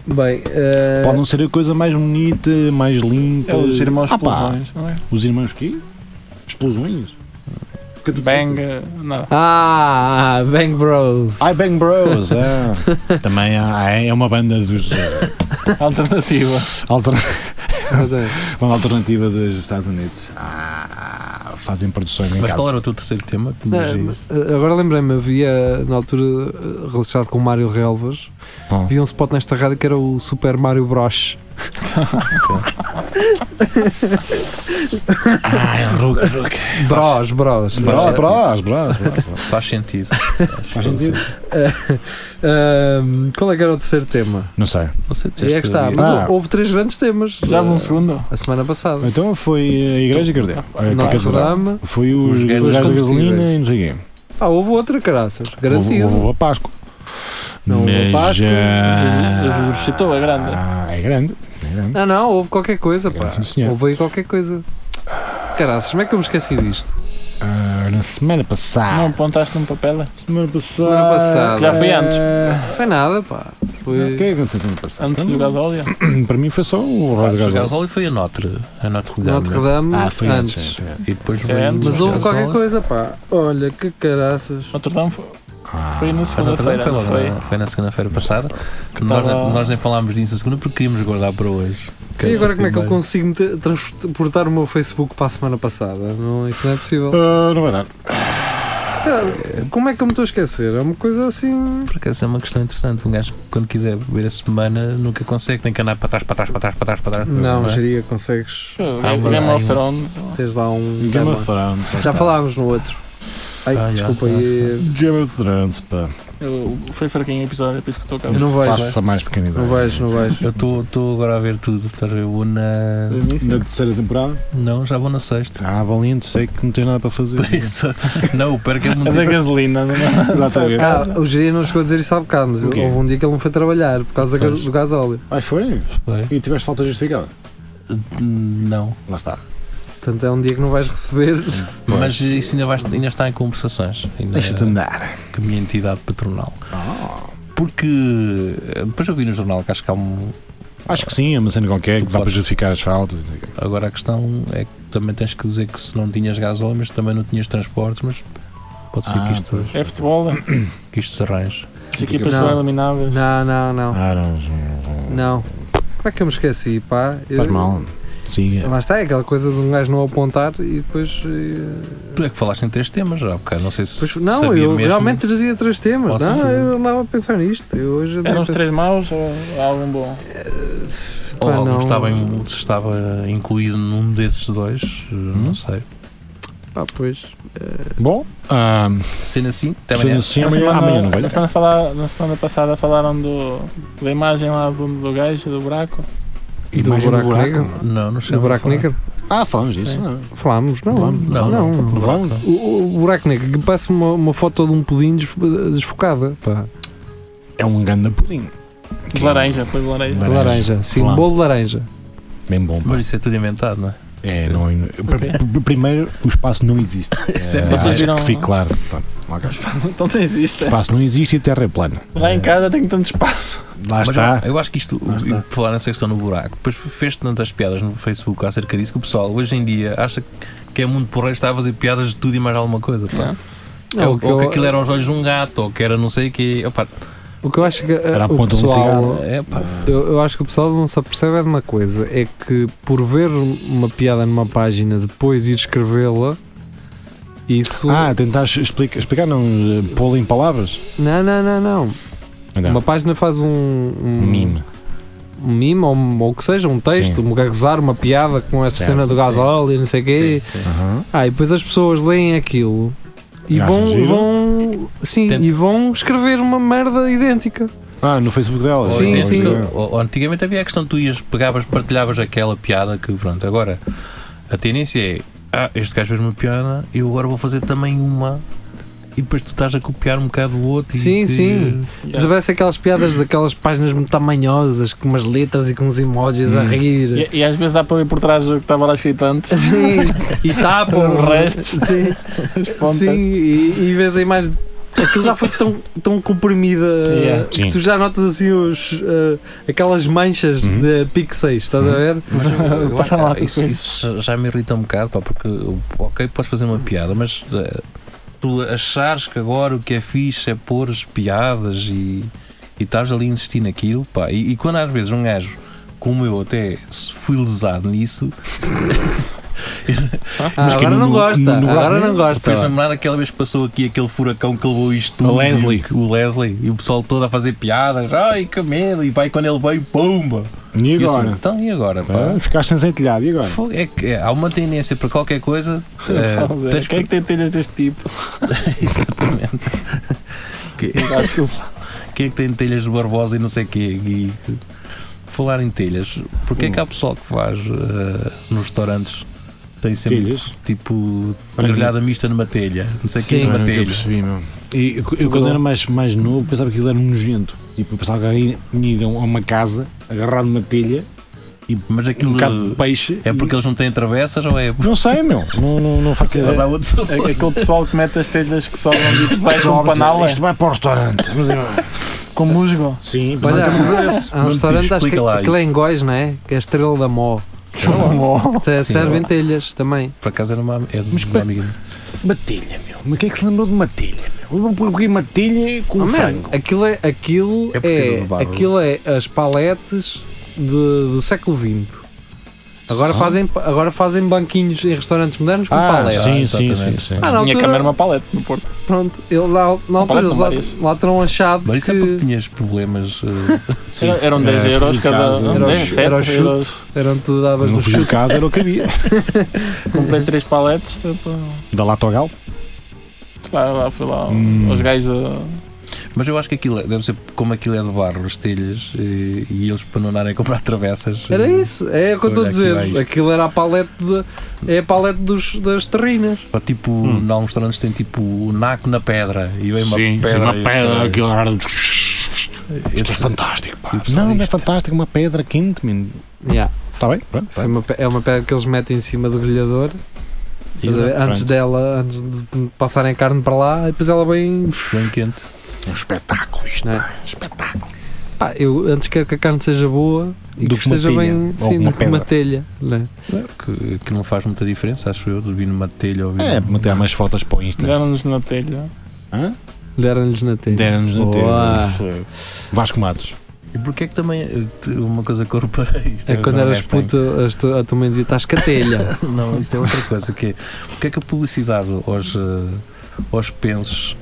Bem, eh, Pode não ser a coisa mais bonita, mais limpa. É os irmãos Ah, pá, explosões, não é? Os irmãos quê? Explosões? Que tu Bang, disseste? eh, não. Ah, Bang Bros. Ai, Bang Bros. ah. Também há- é uma banda dos. eh, Alternativa. alter- Exatamente. Uma alternativa dos Estados Unidos. Ah, fazem produções em Mas casa. qual é era o teu terceiro tema? que tinhas Não, aí? eh, Agora lembrei-me, havia na altura eh, relacionado com o Mário Relvas, Bom. havia um spot nesta rádio que era o Super Mario Bros. Ai, Ruc, Ruc. Bros, Bros. Faz Brás, sentido. brás, brás, brás. Faz sentido. Faz sentido? Ahm, Eh, qual é que era o terceiro tema? Não sei. Não sei, E é disseste que está, ali. mas Ah. hou- houve três grandes temas. Já houve eh, um segundo? A semana passada. Então foi a Igreja Cardeal. A Notre Catedral. Dame. Foi os Os gajos gajos da gasolina combustíveis. e não sei o quê. Ah, houve outra, caraças. Houve- Garantido. Houve a Páscoa. Não houve a Mas, Páscoa, ah, mas o- mas o Chitão é grande. Ah, é grande. É grande. Não, não, houve qualquer coisa, pá. Sim, senhor. Houve aí qualquer coisa. Caraças, como é que eu me esqueci disto? Ah, na semana Não passada. apontaste num papel? semana passada. Semana passada. Se calhar foi antes. Ah, Foi nada, pá. Foi. O que é que aconteceu semana passada? Antes do gasóleo? Então, Para mim foi só o Ah, Rádio o Gasol. gasóleo foi a Notre. A Notre Dame. Notre Dame Ah, foi antes. antes. foi antes. E depois Foi veio antes. o Mas houve gasóleo. qualquer coisa, pá. Olha, que caraças. Notre Dame foi, foi A na Notre Dame segunda-feira, foi né? não logo, foi? na- foi na segunda-feira passada. Nós, tava- nós nem falámos disso na segunda porque queríamos guardar para hoje. E agora como é que eu consigo meter- transportar o meu Facebook para a semana passada? Não, isso não é possível. Ah, não vai dar. Cara, como é que eu me estou a esquecer? É uma coisa assim. Porque essa é uma questão interessante. Um gajo, quando quiser ver a semana, nunca consegue. Tem que andar para trás, para trás, para trás, para trás, para Tá trás. Não, é? geria, consegues. Pô, Ah, Game uma- of Thrones. Tens lá um. Game tema. of Thrones. Já falámos no outro. Ai, Tá. Ah, desculpa já, já. aí. Game of Thrones, pá. Eu, foi fraquinho o episódio, é por isso que estou cá. Eu não vais, Faça mais pequena ideia. Não vais, não vais. Eu estou agora a ver tudo. Estás a ver? Vou na. Para mim, sim. Na terceira temporada? Não, já vou na sexta. Ah, valente, sei que não tens nada para fazer. Por isso- Não, pera que é É da muito. gasolina, não é? Exatamente. Ah, o Jeria não chegou a dizer isso há bocado, mas O quê? houve um dia que ele não foi trabalhar por causa do Pois. gas- do gasóleo. Ah, foi? E tiveste falta justificada? Não. Lá está. Portanto, é um dia que não vais receber. Pois. Mas isso ainda, vai- ainda está em conversações. Ainda Deixa-te andar. com a minha entidade patronal. Ah. Porque eh, depois eu vi no jornal que acho que há um. Acho que sim, é uma cena qualquer que dá para Podes. justificar as faltas. Agora a questão é que também tens que dizer que se não tinhas gasóleo, mas também não tinhas transportes, mas pode ser Ah, que, isto, É futebol, que isto se arranje. as equipas Não. são eliminadas. Não, não, não. Ah, não, não. Não. Como é que eu me esqueci, pá? Eu- Faz mal. Siga. Lá está, é aquela coisa de um gajo não apontar e depois. eh, Tu é que falaste em três temas já, porque não sei se. depois- não, sabia eu mesmo. realmente trazia três temas. Posso- Não, eu andava a pensar nisto. Eu hoje andei a Eram os pensar- três maus ou há algum bom? Ou Pá, algum não. Estava, em- se estava incluído num desses dois, eh, Hum? não sei. Pá, pois. Bom, ah, Sendo assim, também sendo é. assim, Na amanhã, semana- amanhã não vai. na semana, fala- na semana passada falaram do, da imagem lá do, do gajo, do buraco. E do Imagem buraco negro? Não, não Do chegamos a buraco falar. negro? um Ah, falamos disso. Sim. não. Falámos, não. Falámos? Não, não. Não falamos? O, o buraco negro, que passa uma, uma foto de um pudim desf- desfocada. Pá. É um grande pudim. De laranja, foi de laranja. Laranja. Laranja, sim, um Falámos. bolo de laranja. Bem bom, pá. Mas isso é tudo inventado, não é? É, não, pr- pr- primeiro, o espaço não existe. Isso é Eh, vocês Ah, acho viram- que fique claro. Pronto, ok. Então não O existe. espaço não existe e a terra é plana. Lá em casa tem tanto espaço. Lá Mas está. eu- Eu acho que isto, Lá está. e por falar nessa questão no buraco, depois fez tantas piadas no Facebook acerca disso que o pessoal hoje em dia acha que é muito porreiro estar a fazer piadas de tudo e mais alguma coisa. Pá. É, ou, o, que é- ou que eu, aquilo eram os olhos de um gato, ou que era não sei o quê. Opa, o que eu acho que eh, Era a o ponta de um pessoal, cigarro. é, pá, eu, eu acho que o pessoal não se apercebe é de uma coisa, é que por ver uma piada numa página depois ir escrevê-la, isso Ah, tentar explicar, explicar não, eh, pô-lo em palavras? não, não, não, não. Não. Uma página faz um, um Mime. um mime ou, um- ou o que seja, um texto, Sim. um gozar uma piada com esta Certo, cena do gasóleo e não sei o quê. Aham. Ah, e depois as pessoas leem aquilo e E acham vão, giro? vão sim, Tenta- e vão escrever uma merda idêntica. Ah, no Facebook dela? Ah, Ou- Sim, ou- sim. ok. ou- ou antigamente havia a questão de tu ias, pegavas, partilhavas aquela piada que pronto, agora a tendência é ah, este gajo fez uma piada, eu agora vou fazer também uma e depois tu estás a copiar um bocado o outro Sim, e, sim. Yeah. Se tivesse aquelas piadas daquelas páginas muito tamanhosas, com umas letras e com uns emojis a rir. E, é- e às vezes dá para ver por trás do que estava lá escrito antes, Sim, e tapam Os restos. Sim, as pontas. sim e, e vês a imagem. Aquilo já foi tão, tão comprimida Yeah. Sim. que tu já notas assim os, eh, aquelas manchas Uhum. de pixels, estás a ver? Mas eu- eu Passa acho- lá, isso, Pedro. isso já me irrita um bocado, pá, porque ok, podes fazer uma piada, mas eh, tu achares que agora o que é fixe é pôr as piadas e, e estás ali a insistir naquilo, pá, e, e quando às vezes um gajo como eu até se fui lesado nisso, Ah, Mas que agora no- não no- gosta, no- agora não fez gosta. lembrar aquela vez que passou aqui aquele furacão que levou isto tudo, Tá O Leslie. e- o Leslie, e o pessoal todo a fazer piadas, ai que medo, e vai quando ele veio, pumba! E E eu assim, agora? então e agora, pá? Ah, ficaste sem telhado, e agora? Fogo, É que é, há uma tendência para qualquer coisa. Só a eh, dizer, tens Quem é que tem telhas deste tipo? Exatamente. que, Quem é que tem telhas de Barbosa e não sei o quê? E, que- falar em telhas, porque é que há Hum. pessoal que faz eh, nos restaurantes tem sempre Telhas? tipo Olha, grelhada mista numa telha, não sei o quê Sim. numa Também nunca telha. percebi, meu. E eu, eu bom. quando era mais, mais novo pensava que aquilo era nojento. Tipo, eu pensava que alguém tinha ido a uma casa, agarrado uma telha, Mas um aquilo bocado de peixe. é porque eles não têm travessas ou é e- Não sei, meu. Não, não, não faço Ou ideia. dá outro sabor? É Aquele pessoal que mete as telhas que sobram de baixo de um Sobres, panala Isto vai para o restaurante. Vamos embora. com musgo. Sim, Olha, pensava que era- há um Nuno Pires, restaurante, acho que explica lá aquilo é em isso. Góis, não é? Que é a estrela da Mó. Até Sim, é servem lá. telhas também. Por acaso era uma, é de Mas uma pa- amiga. Uma telha, meu. Mas quem é que se lembrou de uma telha, meu? Eu coloquei uma telha com um Oh, man, frango. aquilo é, aquilo É possível de é, barro. aquilo é as paletes de- do século XX. Agora fazem, agora fazem banquinhos em restaurantes modernos com Ah, paletes. sim, sim, Ah, sim, exatamente. sim. Ah, na Minha altura- câmera era uma paleta no Porto. Pronto, ele lá, na altura palete eles com lá, várias. lá terão achado Mas isso é porque que tinhas problemas. eh, Sim. Era- Eram 10 É, euros fui de cada. casa. não, Era o 10, chu- 7 era o chute. euros. tipo, eram tu davas Não no fui de chute. casa, era o que havia. Comprei 3 paletes. tipo, Da Lata ao Galo. Claro, lá fui lá Hum. os gajos da. Mas eu acho que aquilo é- deve ser como aquilo é de barro, as telhas, e, e eles para não andarem a comprar travessas. eh, Era isso, é o que eu estou Olha, a aqui vai dizer. isto. Aquilo era a palete de, é a palete dos, das terrinas. Ou tipo, em alguns restaurantes tem tipo o naco na pedra e vem uma Hum. Sim, pedra. uma e- é- pedra, aquilo era- e- Isto é fantástico, pá. e o pessoal Não, não é diz, fantástico, uma pedra quente, menino. Está Tá bem? Pronto. Foi uma pe- é uma pedra que eles metem em cima do grelhador estás a ver? Exato, antes dela, antes de passarem a carne para lá, e depois ela vem. bem quente. Um espetáculo isto, Não é? pá. Um espetáculo. Pá, eu antes quero que a carne seja boa e Do que que uma esteja telha, bem ou sim, uma do que uma pedra. telha. Né? é, Que, que não faz muita diferença, acho eu, de vir numa telha ou vir É, num- meter umas fotos para o Insta. Deram-nos na telha. Hã? Deram-lhes na telha. Deram-nos na Boa. telha. Vasco Matos. E porquê é que também eh, te- uma coisa que eu reparei isto É quando não eras estranho. puto, as tu- a tua mãe dizia: estás com a telha. Não, isto é outra coisa que é porque é que a publicidade aos, eh, aos pensos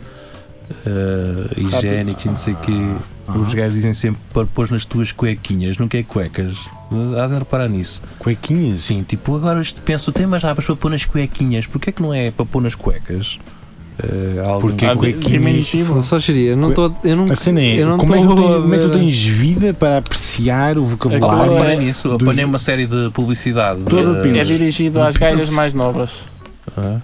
eh, higiênicos e não sei o quê, os gajos dizem sempre para pôr nas tuas cuequinhas, nunca é cuecas. Há de reparar nisso. Cuequinhas. Sim, tipo, agora este penso tem mais rabas é para pôr nas cuequinhas, porquê é que não é para pôr nas cuecas? Eh, há algum- Porque há- cuequinhas. Diminutivo. Só seria, eu não estou. Eu não A cena é, Eu não como é, que tu tô tens, a como é que tu ver- tens vida para apreciar o Pá, vocabulário? Aquilo reparei é nisso, dos- apanhei uma série de publicidade. Todo eh, de É pensos. dirigido às gajas mais novas. Ah.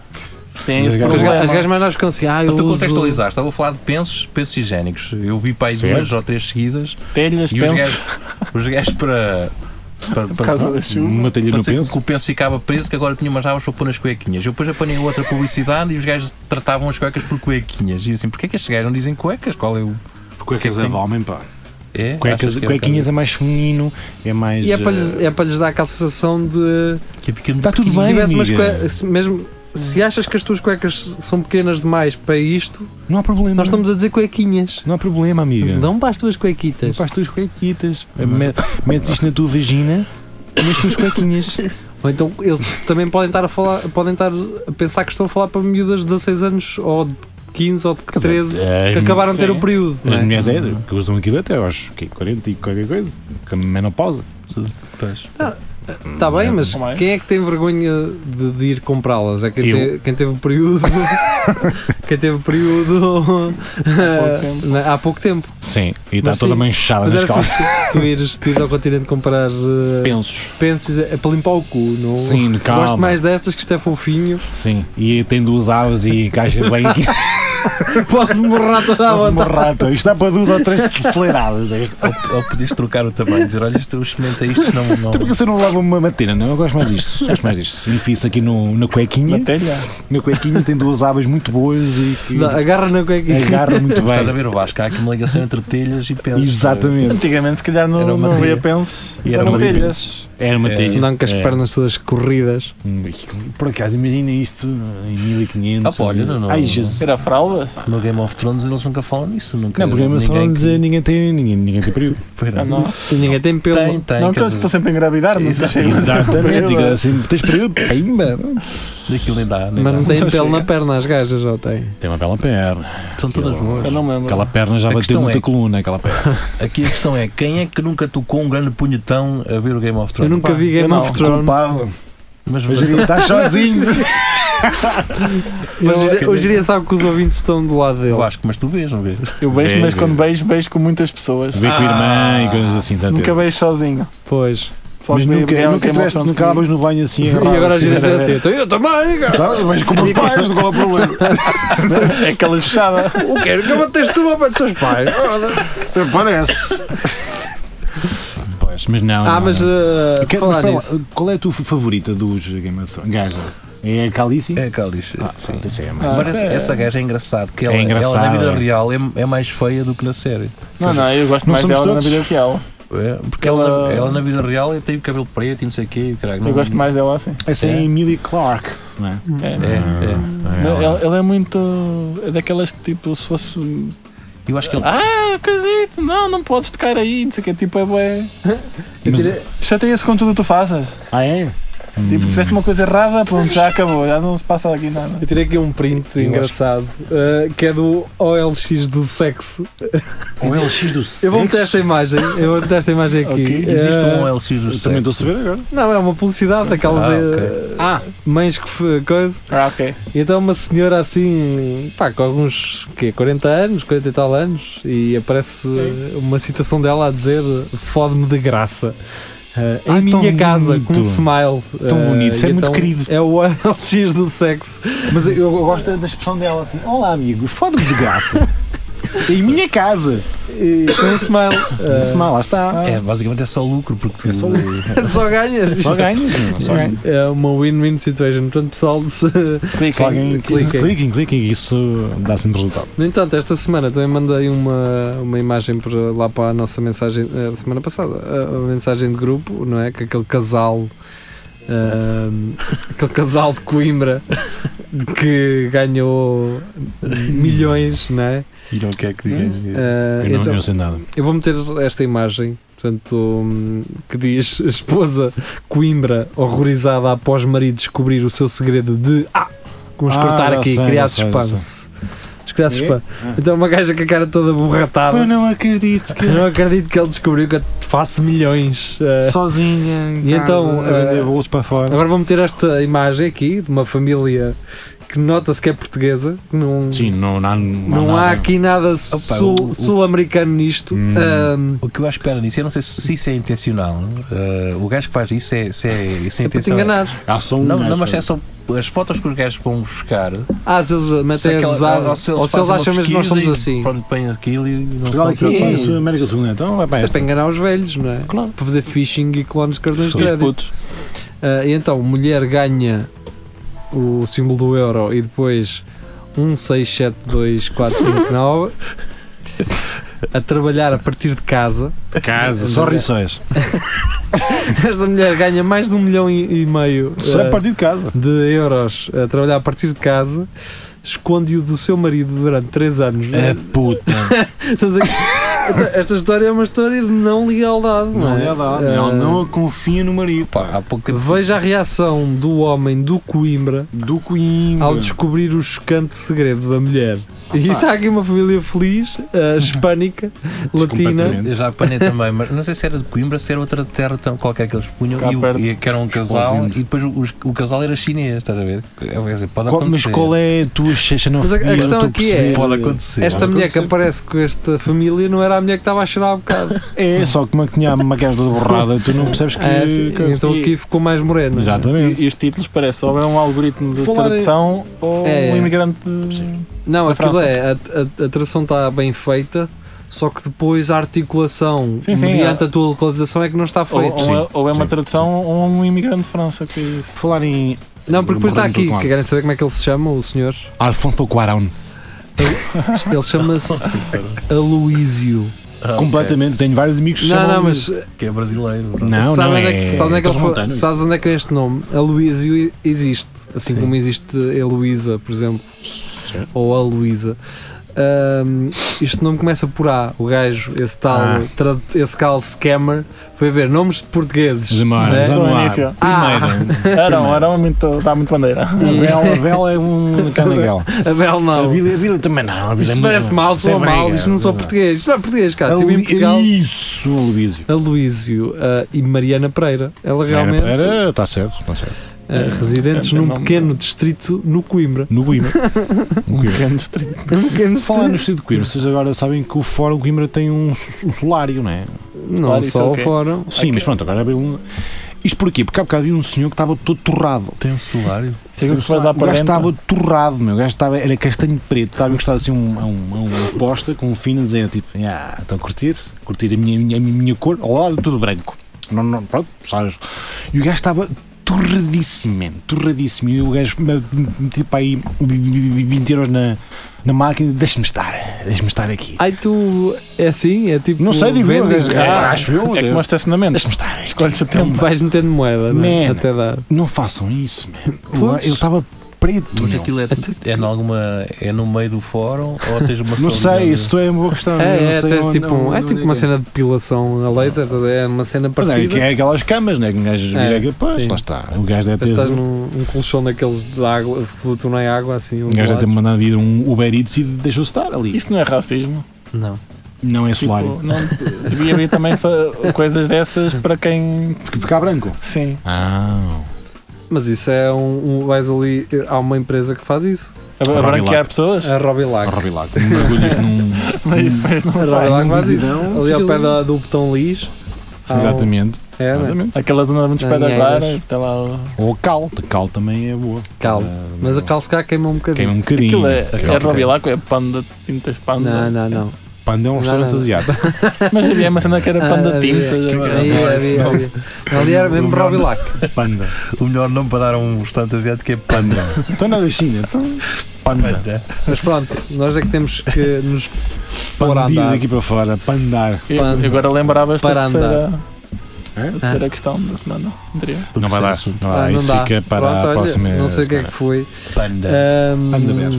Tem E as esse gajas- As problema. ga- as gajas mais novas ficam assim, ah, eu Para tu uso- contextualizar, estava a falar de pensos, pensos higiênicos. Eu vi para aí Certo. duas ou três seguidas Telhas, E os pensos. gajos, os gajos para. para, para Por causa da chuva. Uma telha para no dizer que penso? o penso ficava preso, que agora tinha umas rabas para pôr nas cuequinhas. Eu depois apanhei outra publicidade e os gajos tratavam as cuecas por cuequinhas. E eu assim, porquê é que estes gajos não dizem cuecas? Qual é o. Cuecas é de homem, pá. É? Cuecas, Achas que é cuequinhas é mais feminino, é mais. E é para, lhes, eh, é para lhes dar aquela sensação de. é? Que fica muito Está Tá tudo se bem, tivesse umas amiga. cue- se mesmo Se achas que as tuas cuecas são pequenas demais para isto, Não há problema. nós estamos a dizer cuequinhas. Não há problema, amiga. Não para as tuas cuequitas. Para as tuas cuequitas. Me- Metes isto na tua vagina e nas tuas cuequinhas. Ou então eles também podem estar a falar, podem estar a pensar que estão a falar para miúdas de 16 anos ou de 15 ou de eh, 13 que acabaram de ter sim. o período. não As É, é? mulheres é, que usam aquilo até aos quê? 40 é e qualquer coisa. Com a menopausa. Pois. Está bem, mas Como é? quem é que tem vergonha de, de ir comprá-las? É quem, Eu. te- quem teve o período. quem teve o período eh, tempo. na- há pouco tempo. Sim. E está Mas toda sim, manchada Mas nas era como calças. se tu, tu ires, tu ires ao continente comprar eh, Pensos. pensos, é para limpar o cu, não? Sim, Gosto calma. mais destas que isto é fofinho. Sim. E tem duas aves e encaixa bem. Posso-me borrar toda a Faz uma vontade. rata. Isto dá para duas ou três aceleradas. Este. Ou, ou podias trocar o tamanho, dizer, olha, isto, eu experimentei isto, não. não. Então porque você não leva uma madeira, não? é? Eu gosto mais disto. Gosto mais disto. Benefício aqui no, na Na cuequinha. telha. Na cuequinha tem duas abas muito boas e que Não, agarra na cuequinha. agarra muito Estás a bem. ver o Vasco? Há aqui uma ligação entre telhas e pensos. Exatamente. Antigamente, se calhar, Era não, uma não telha. havia pensos. E era Eram uma telha. telhas. Era uma É. telha. Não com as É. pernas todas corridas. Hum, Por acaso, imagina isto em 1500. Ah, pá, olha, não, não. Ai, Jesus. Era fraldas? No Game of Thrones eles nunca falam nisso. Nunca, Não, programação ninguém ninguém, ninguém tem ninguém, ninguém tem período. Ah, Pera. não. E ninguém tem pelo. Tem, tem. não, quer que eu dizer- estou sempre a engravidar, não Exato. sei. Exatamente, Período. diga assim, tens período? Pimba! Daquilo nem dá, nem Mas dá. não tem Não pelo na chega. perna, as gajas já têm. Tem uma bela perna. São todas boas. Eu não me lembro. Aquela perna já A bateu questão muita é- coluna, aquela perna. Aqui a questão é: quem é que nunca tocou um grande punhetão a ver o Game of Eu Thrones? nunca vi eu Game não, of Thrones. Mas, Mas ele está sozinho. Mas hoje- hoje iria sabe que os ouvintes estão do lado eu dele. acho que, mas tu vês, não vês? Eu beijo, Vê, mas vê. quando beijo, beijo com muitas pessoas. Vê com a irmã e coisas assim, tanto. Nunca beijo sozinho. Pois. Só Mas que nunca, vieram nunca quem tiveste, mostram-te nunca abas no banho assim. E agora os assim, dias é assim, então eu também, cara. Tá, Mas como os pais, qual é o problema? comigo. É aquela fechada. O que é que bateste tu para dos seus pais? Parece. Pois, mas não. Ah, não, mas não. eh, por Que- mas falar espera lá, nisso. Qual é a tua favorita dos Game of Thrones? Gaja. É a Calice? É, Cálice. Ah, sim. Isso é mais. Ah, mas sim. essa, essa gaja é engraçado, que ela, ela engraçada. na vida real é, é mais feia do que na série. Não, não, eu gosto Não mais somos dela na todos? vida real. É, porque ela, Ela- na- ela na vida real tem o cabelo preto e não sei o quê. e o caralho, Eu não- gosto mais dela assim. Essa é a Emilia Clarke, não é? É. É, é. Não, Ela, ela é muito. É daquelas tipo, se fosse. Eu acho que ele. Ah, coisito, não, não podes tocar aí, não sei o que, tipo, é bué. Mas- Chateia-se com tudo o que tu fazes. Ah, é? Tipo, fizeste uma coisa errada, pronto, já acabou, já não se passa aqui nada. Eu tirei aqui um print engraçado uh, que é do OLX do sexo. Um LX do sexo. Eu vou meter esta imagem, eu vou meter esta imagem aqui. Ok. Existe um Uh, OLX do É. Também sexo. estou a saber agora. Não, é uma publicidade daquelas Ah, eh, Ah, mães que f- coisa. ah ok. E então uma senhora assim, pá, com alguns quê, 40 anos, 40 e tal anos, e aparece eh, uma citação dela a dizer fode-me de graça. Eh, em Ai, tão minha casa, bonito. com um smile. Tão Eh, bonito, isso é e muito querido. É o OLX do sexo. Mas eu, eu gosto da expressão dela assim: Olá, amigo, fode-me de gato. em minha casa. E com um smile. Eh, Se mal, lá está. É, basicamente é só lucro, porque É só Só ganhas. Só ganhas. não, só ganhas. É uma win-win situation. Portanto, pessoal, se, Se alguém Cliquem. cliquem, cliquem, isso dá sempre resultado. No entanto, esta semana também mandei uma, uma imagem para, lá para a nossa mensagem, eh, semana passada, a, a mensagem de grupo, não é? Que aquele casal, ahm, aquele casal de Coimbra que ganhou milhões, não é? E não quer que digas. Ah, Hum. Eu não, então, eu não sei nada. eu vou meter esta imagem, portanto, hum, que diz esposa Coimbra horrorizada após marido descobrir o seu segredo de ah, vamos Ah, cortar já aqui, sei, criar já sei, já suspense. Mas criar É? suspense. Ah. Então uma gaja com a cara toda borratada. Eu Eu não acredito que não, acredito que ele descobriu que eu faço milhões. Ah, sozinha. em E casa, então, a vender eh, bolos para fora. agora vou meter esta imagem aqui de uma família que nota-se que é portuguesa, que não, Sim, não, não, não, há aqui nada sul- o- o- sul-americano nisto. Hum. Ah, O que eu acho que espera nisso, eu não sei se isso é intencional. eh, o gajo que faz isso é, se é, se é é para te intencional. enganar. Há só um Não, gajo. não, mas é só as fotos que os gajos vão buscar. Ah, se eles se metem a aquela- gozar, ou ou se eles fazem uma acham mesmo que nós somos pesquisa e assim. Pronto, põem aquilo e não Portugal são é que Sim. é a América do Sul, então vai para Isto é para esta. enganar os velhos, não é? Claro. Para fazer phishing e clones de cartões de Os crédito. putos. Ah, e então, mulher ganha o símbolo do euro e depois 16724559 a trabalhar a partir de casa. Casa, só rições. Esta mulher ganha mais de um milhão e, e meio Só ah, a partir de casa. de euros a trabalhar a partir de casa. Esconde-o do seu marido durante 3 anos. não é? É puta. Estás a- Então, Esta história é uma história de não legalidade, não, Não é? lhe dá. Eh, Não, não confia no marido. Pá, há pouco tempo. Veja a reação do homem do Coimbra Do Coimbra. ao descobrir o chocante segredo da mulher. E está aqui uma família feliz, eh, hispânica, latina. Completamente. Eu já apanhei também, mas não sei se era de Coimbra, se era outra terra tão- qualquer que eles punham Cá e, o- perto. e que era um casal Esposinhos. e depois os- o casal era chinês, estás a ver? É, quer dizer, pode Qual- acontecer. Mas qual é a tua xenofobia? Mas a- a Eu questão estou aqui é- perceber. Pode acontecer. Esta Não mulher que aconteceu. aparece com esta família não era a mulher que estava a chorar há bocado. É, só que uma que tinha uma cara toda borrada, tu não percebes que. É, que- então aqui ficou mais morena. Exatamente. E, e os títulos parecem ou é um algoritmo de Falar em- tradução ou É. um imigrante. de- Não, Da aquilo França. é, a, a, a tração está bem feita, só que depois a articulação Sim, sim, mediante é. a tua localização é que não está Ou, feita. ou é, ou é uma sim, tradução ou um imigrante de França, que é isso. Falar em Não, porque depois está Morrendo aqui, com água. que querem saber como é que ele se chama, o senhor. Alfonso Cuarón. Ah, Ele chama-se Aloísio. Ah, ok. Completamente, tenho vários amigos que Não, chamam não, mas Que é brasileiro. não é? Não, sabe não onde é, que- é. sabe onde é que ele foi- transmontano. sabes onde é que é este nome? Aloísio existe, assim Sim. como existe Heloísa, por exemplo, ou a Luísa. Ahm, este nome começa por A, o gajo, esse tal, Ah. trad- esse tal scammer, foi ver nomes de portugueses. Gemara, não é? Só vamos no lá. início. Primeira. Arão, Arão é muito, dá muito bandeira. A Ah. Bela, a Bela é um canagal. A Bel A não. Bila, a Bila também não. A Bila é Isto muito- parece mal, Isso é sou mal, briga, isto não sou é verdade. português. Isto não é português, cara. Estive em Alu- Portugal. Isso, Aloísio. Aloísio ah, e Mariana Pereira. Ela realmente Está tá certo, está certo. ah, residentes É, é num nome- pequeno distrito no Coimbra. No Coimbra. No Coimbra. Pequeno distrito. Um pequeno Falar no distrito. estilo de Coimbra, vocês agora sabem que o Fórum Coimbra tem um, s- um solário, não é? Não Claro, isso é só o quê? fora. Sim, mas pronto, agora havia um. Isto porquê? Porque há bocado havia um senhor que estava todo torrado. Tem um celular. Chega que Tipo, vai dar O para gajo dentro. estava torrado, meu. O gajo estava, era castanho preto. Estava encostado assim a um- a um- a uma posta com um fino a dizer tipo, ah, estão a curtir, curtir a minha, minha, a minha cor, ao lado tudo branco. Não, não, pronto, sabes? E o gajo estava torradíssimo, man, torradíssimo. E o gajo me- meti para aí 20 euros na, na máquina, deixa-me estar, deixa-me estar aqui. Ai, tu é assim? É tipo. Não sei, digo eu, vendas, gajo, ah, É, acho eu, É como o estacionamento. deixa-me estar. aqui. Escolhe-se o Então, tempo. Vais metendo moeda, não é? Man. Até dar. Não façam isso, man. Pois. Ele estava preto. Mas meu. aquilo é, é, em alguma, é no meio do fórum ou tens uma Não sala de- sei, isso é uma boa questão. eu não um É, é, sei tens onde- tipo, um- é onde tipo uma que cena de depilação a laser, estás a ver? é uma cena Mas é, parecida. que é aquelas camas, né? Que um gajo É, vira aquilo, pois, sim. lá está. O gajo deve Mas ter. Estás num um colchão daqueles de água, flutuam na água assim. Um gajo deve ter ondulados. mandado ir um Uber Eats e deixou-se estar ali. Isso não é racismo. Não. não é Tipo, solário. não, devia haver também fa- coisas dessas para quem. Ficar branco. Sim. Ah. Mas isso é um, um. Vais ali. Há uma empresa que faz isso. A, a Robbie branquear Lack. pessoas. A Ah, Robilac. Arrebilado. Mergulhas um num. Mas depois não A sai. Robilac faz isso. vidão, Ali é ao um fica pé ali. da- do botão Lis. há um- Exatamente. É, né? Exatamente. Aquela zona muito Não, ninguém espetacular. gosta. Está lá. o- Ou a cal. A cal também é boa. Cal. Ah, Mas a calcecar queima um Queima bocadinho. um bocadinho. Aquilo é, Cal- é Robilaco, é panda, tintas Não, panda. não, não. Panda é um Não, restaurante não. asiático. Mas havia uma cena que É era Ah, panda havia. tintas. Que agora. Aí, havia- havia. Ali era mesmo Robilac. Panda. O melhor nome para dar a um restaurante asiático é Panda. Então não é da China. Então. Panda. Panda. Mas pronto, nós é que temos que nos pôr a Pandir andar. daqui para fora. Pandar. E Panda. agora lembrava-se da Para terceira, É? a terceira questão da semana anterior. Não vai lá. Não vai lá. Ah, não Isso dá. fica para Pronto, a olha, próxima. Não sei o que é que semana. É. foi. Ah, Panda. Ahm, Panda Bear.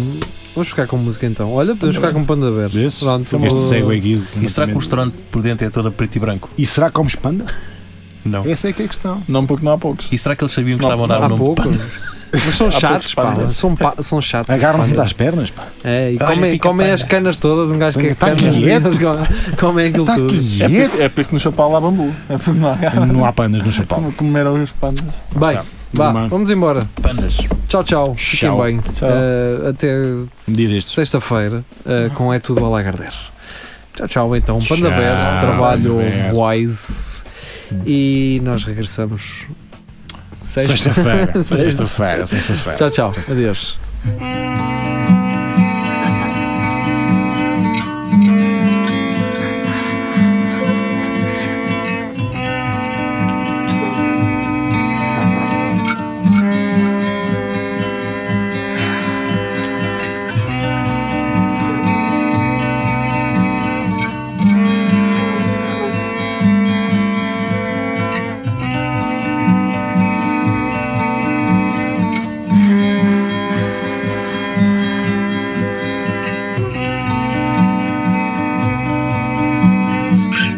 Vamos ficar com música então. Olha, podemos ficar com Panda Bear. Vês? Pronto, Este vou- cego aqui. E será que completamente- o restaurante por dentro é todo a preto e branco? E será que comes panda? Não. Essa é que é a questão. Não porque não há poucos. E será que eles sabiam que Não, estavam a dar o Há um nome? pouco. Mas são poucos chatos, pá. pandas. São, pa- são chatos. Agarram-te pá. às pernas, pá. É, e Olha, comem, fica comem panda. as canas todas. Um gajo que é Tá canas. quieto. eles comem- Comem aquilo Está tudo. É por, quieto. isso, é por isso que no Chapal lá há bambu. É porque não há Não há pandas no Chapéu. Como comeram os pandas. Bem, Tá. vá, Desumano. vamos embora. Pandas. Tchau, tchau. Fiquem Tchau. bem. Tchau. Ah, até Dia destes. sexta-feira ah, com É Tudo Alagarder. Tchau, tchau. Então, Panda Uhum. Tchau, Uhum. Bear, trabalho Panda Bear. wise. E nós regressamos sexta. Sexta-feira. Sexta. Sexta-feira. Sexta-feira. Tchau, tchau. Adeus.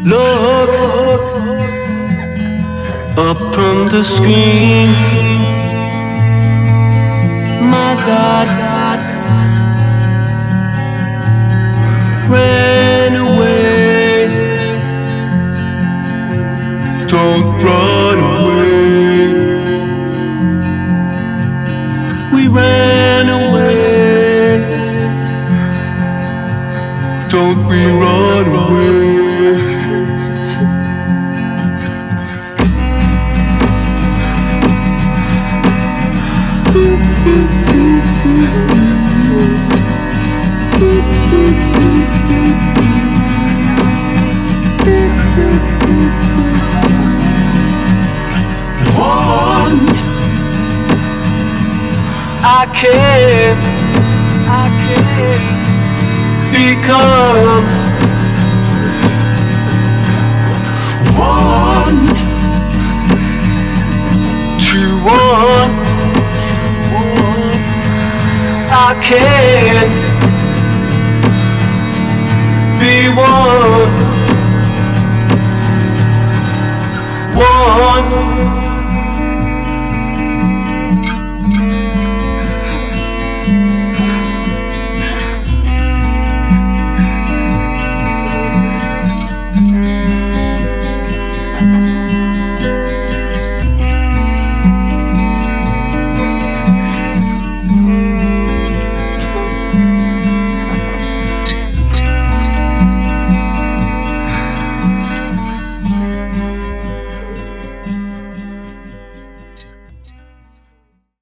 Look up from the screen. My God ran away. Don't run away. We ran away. Don't we run away? I can't, I can't become one to one. I can't be one, one.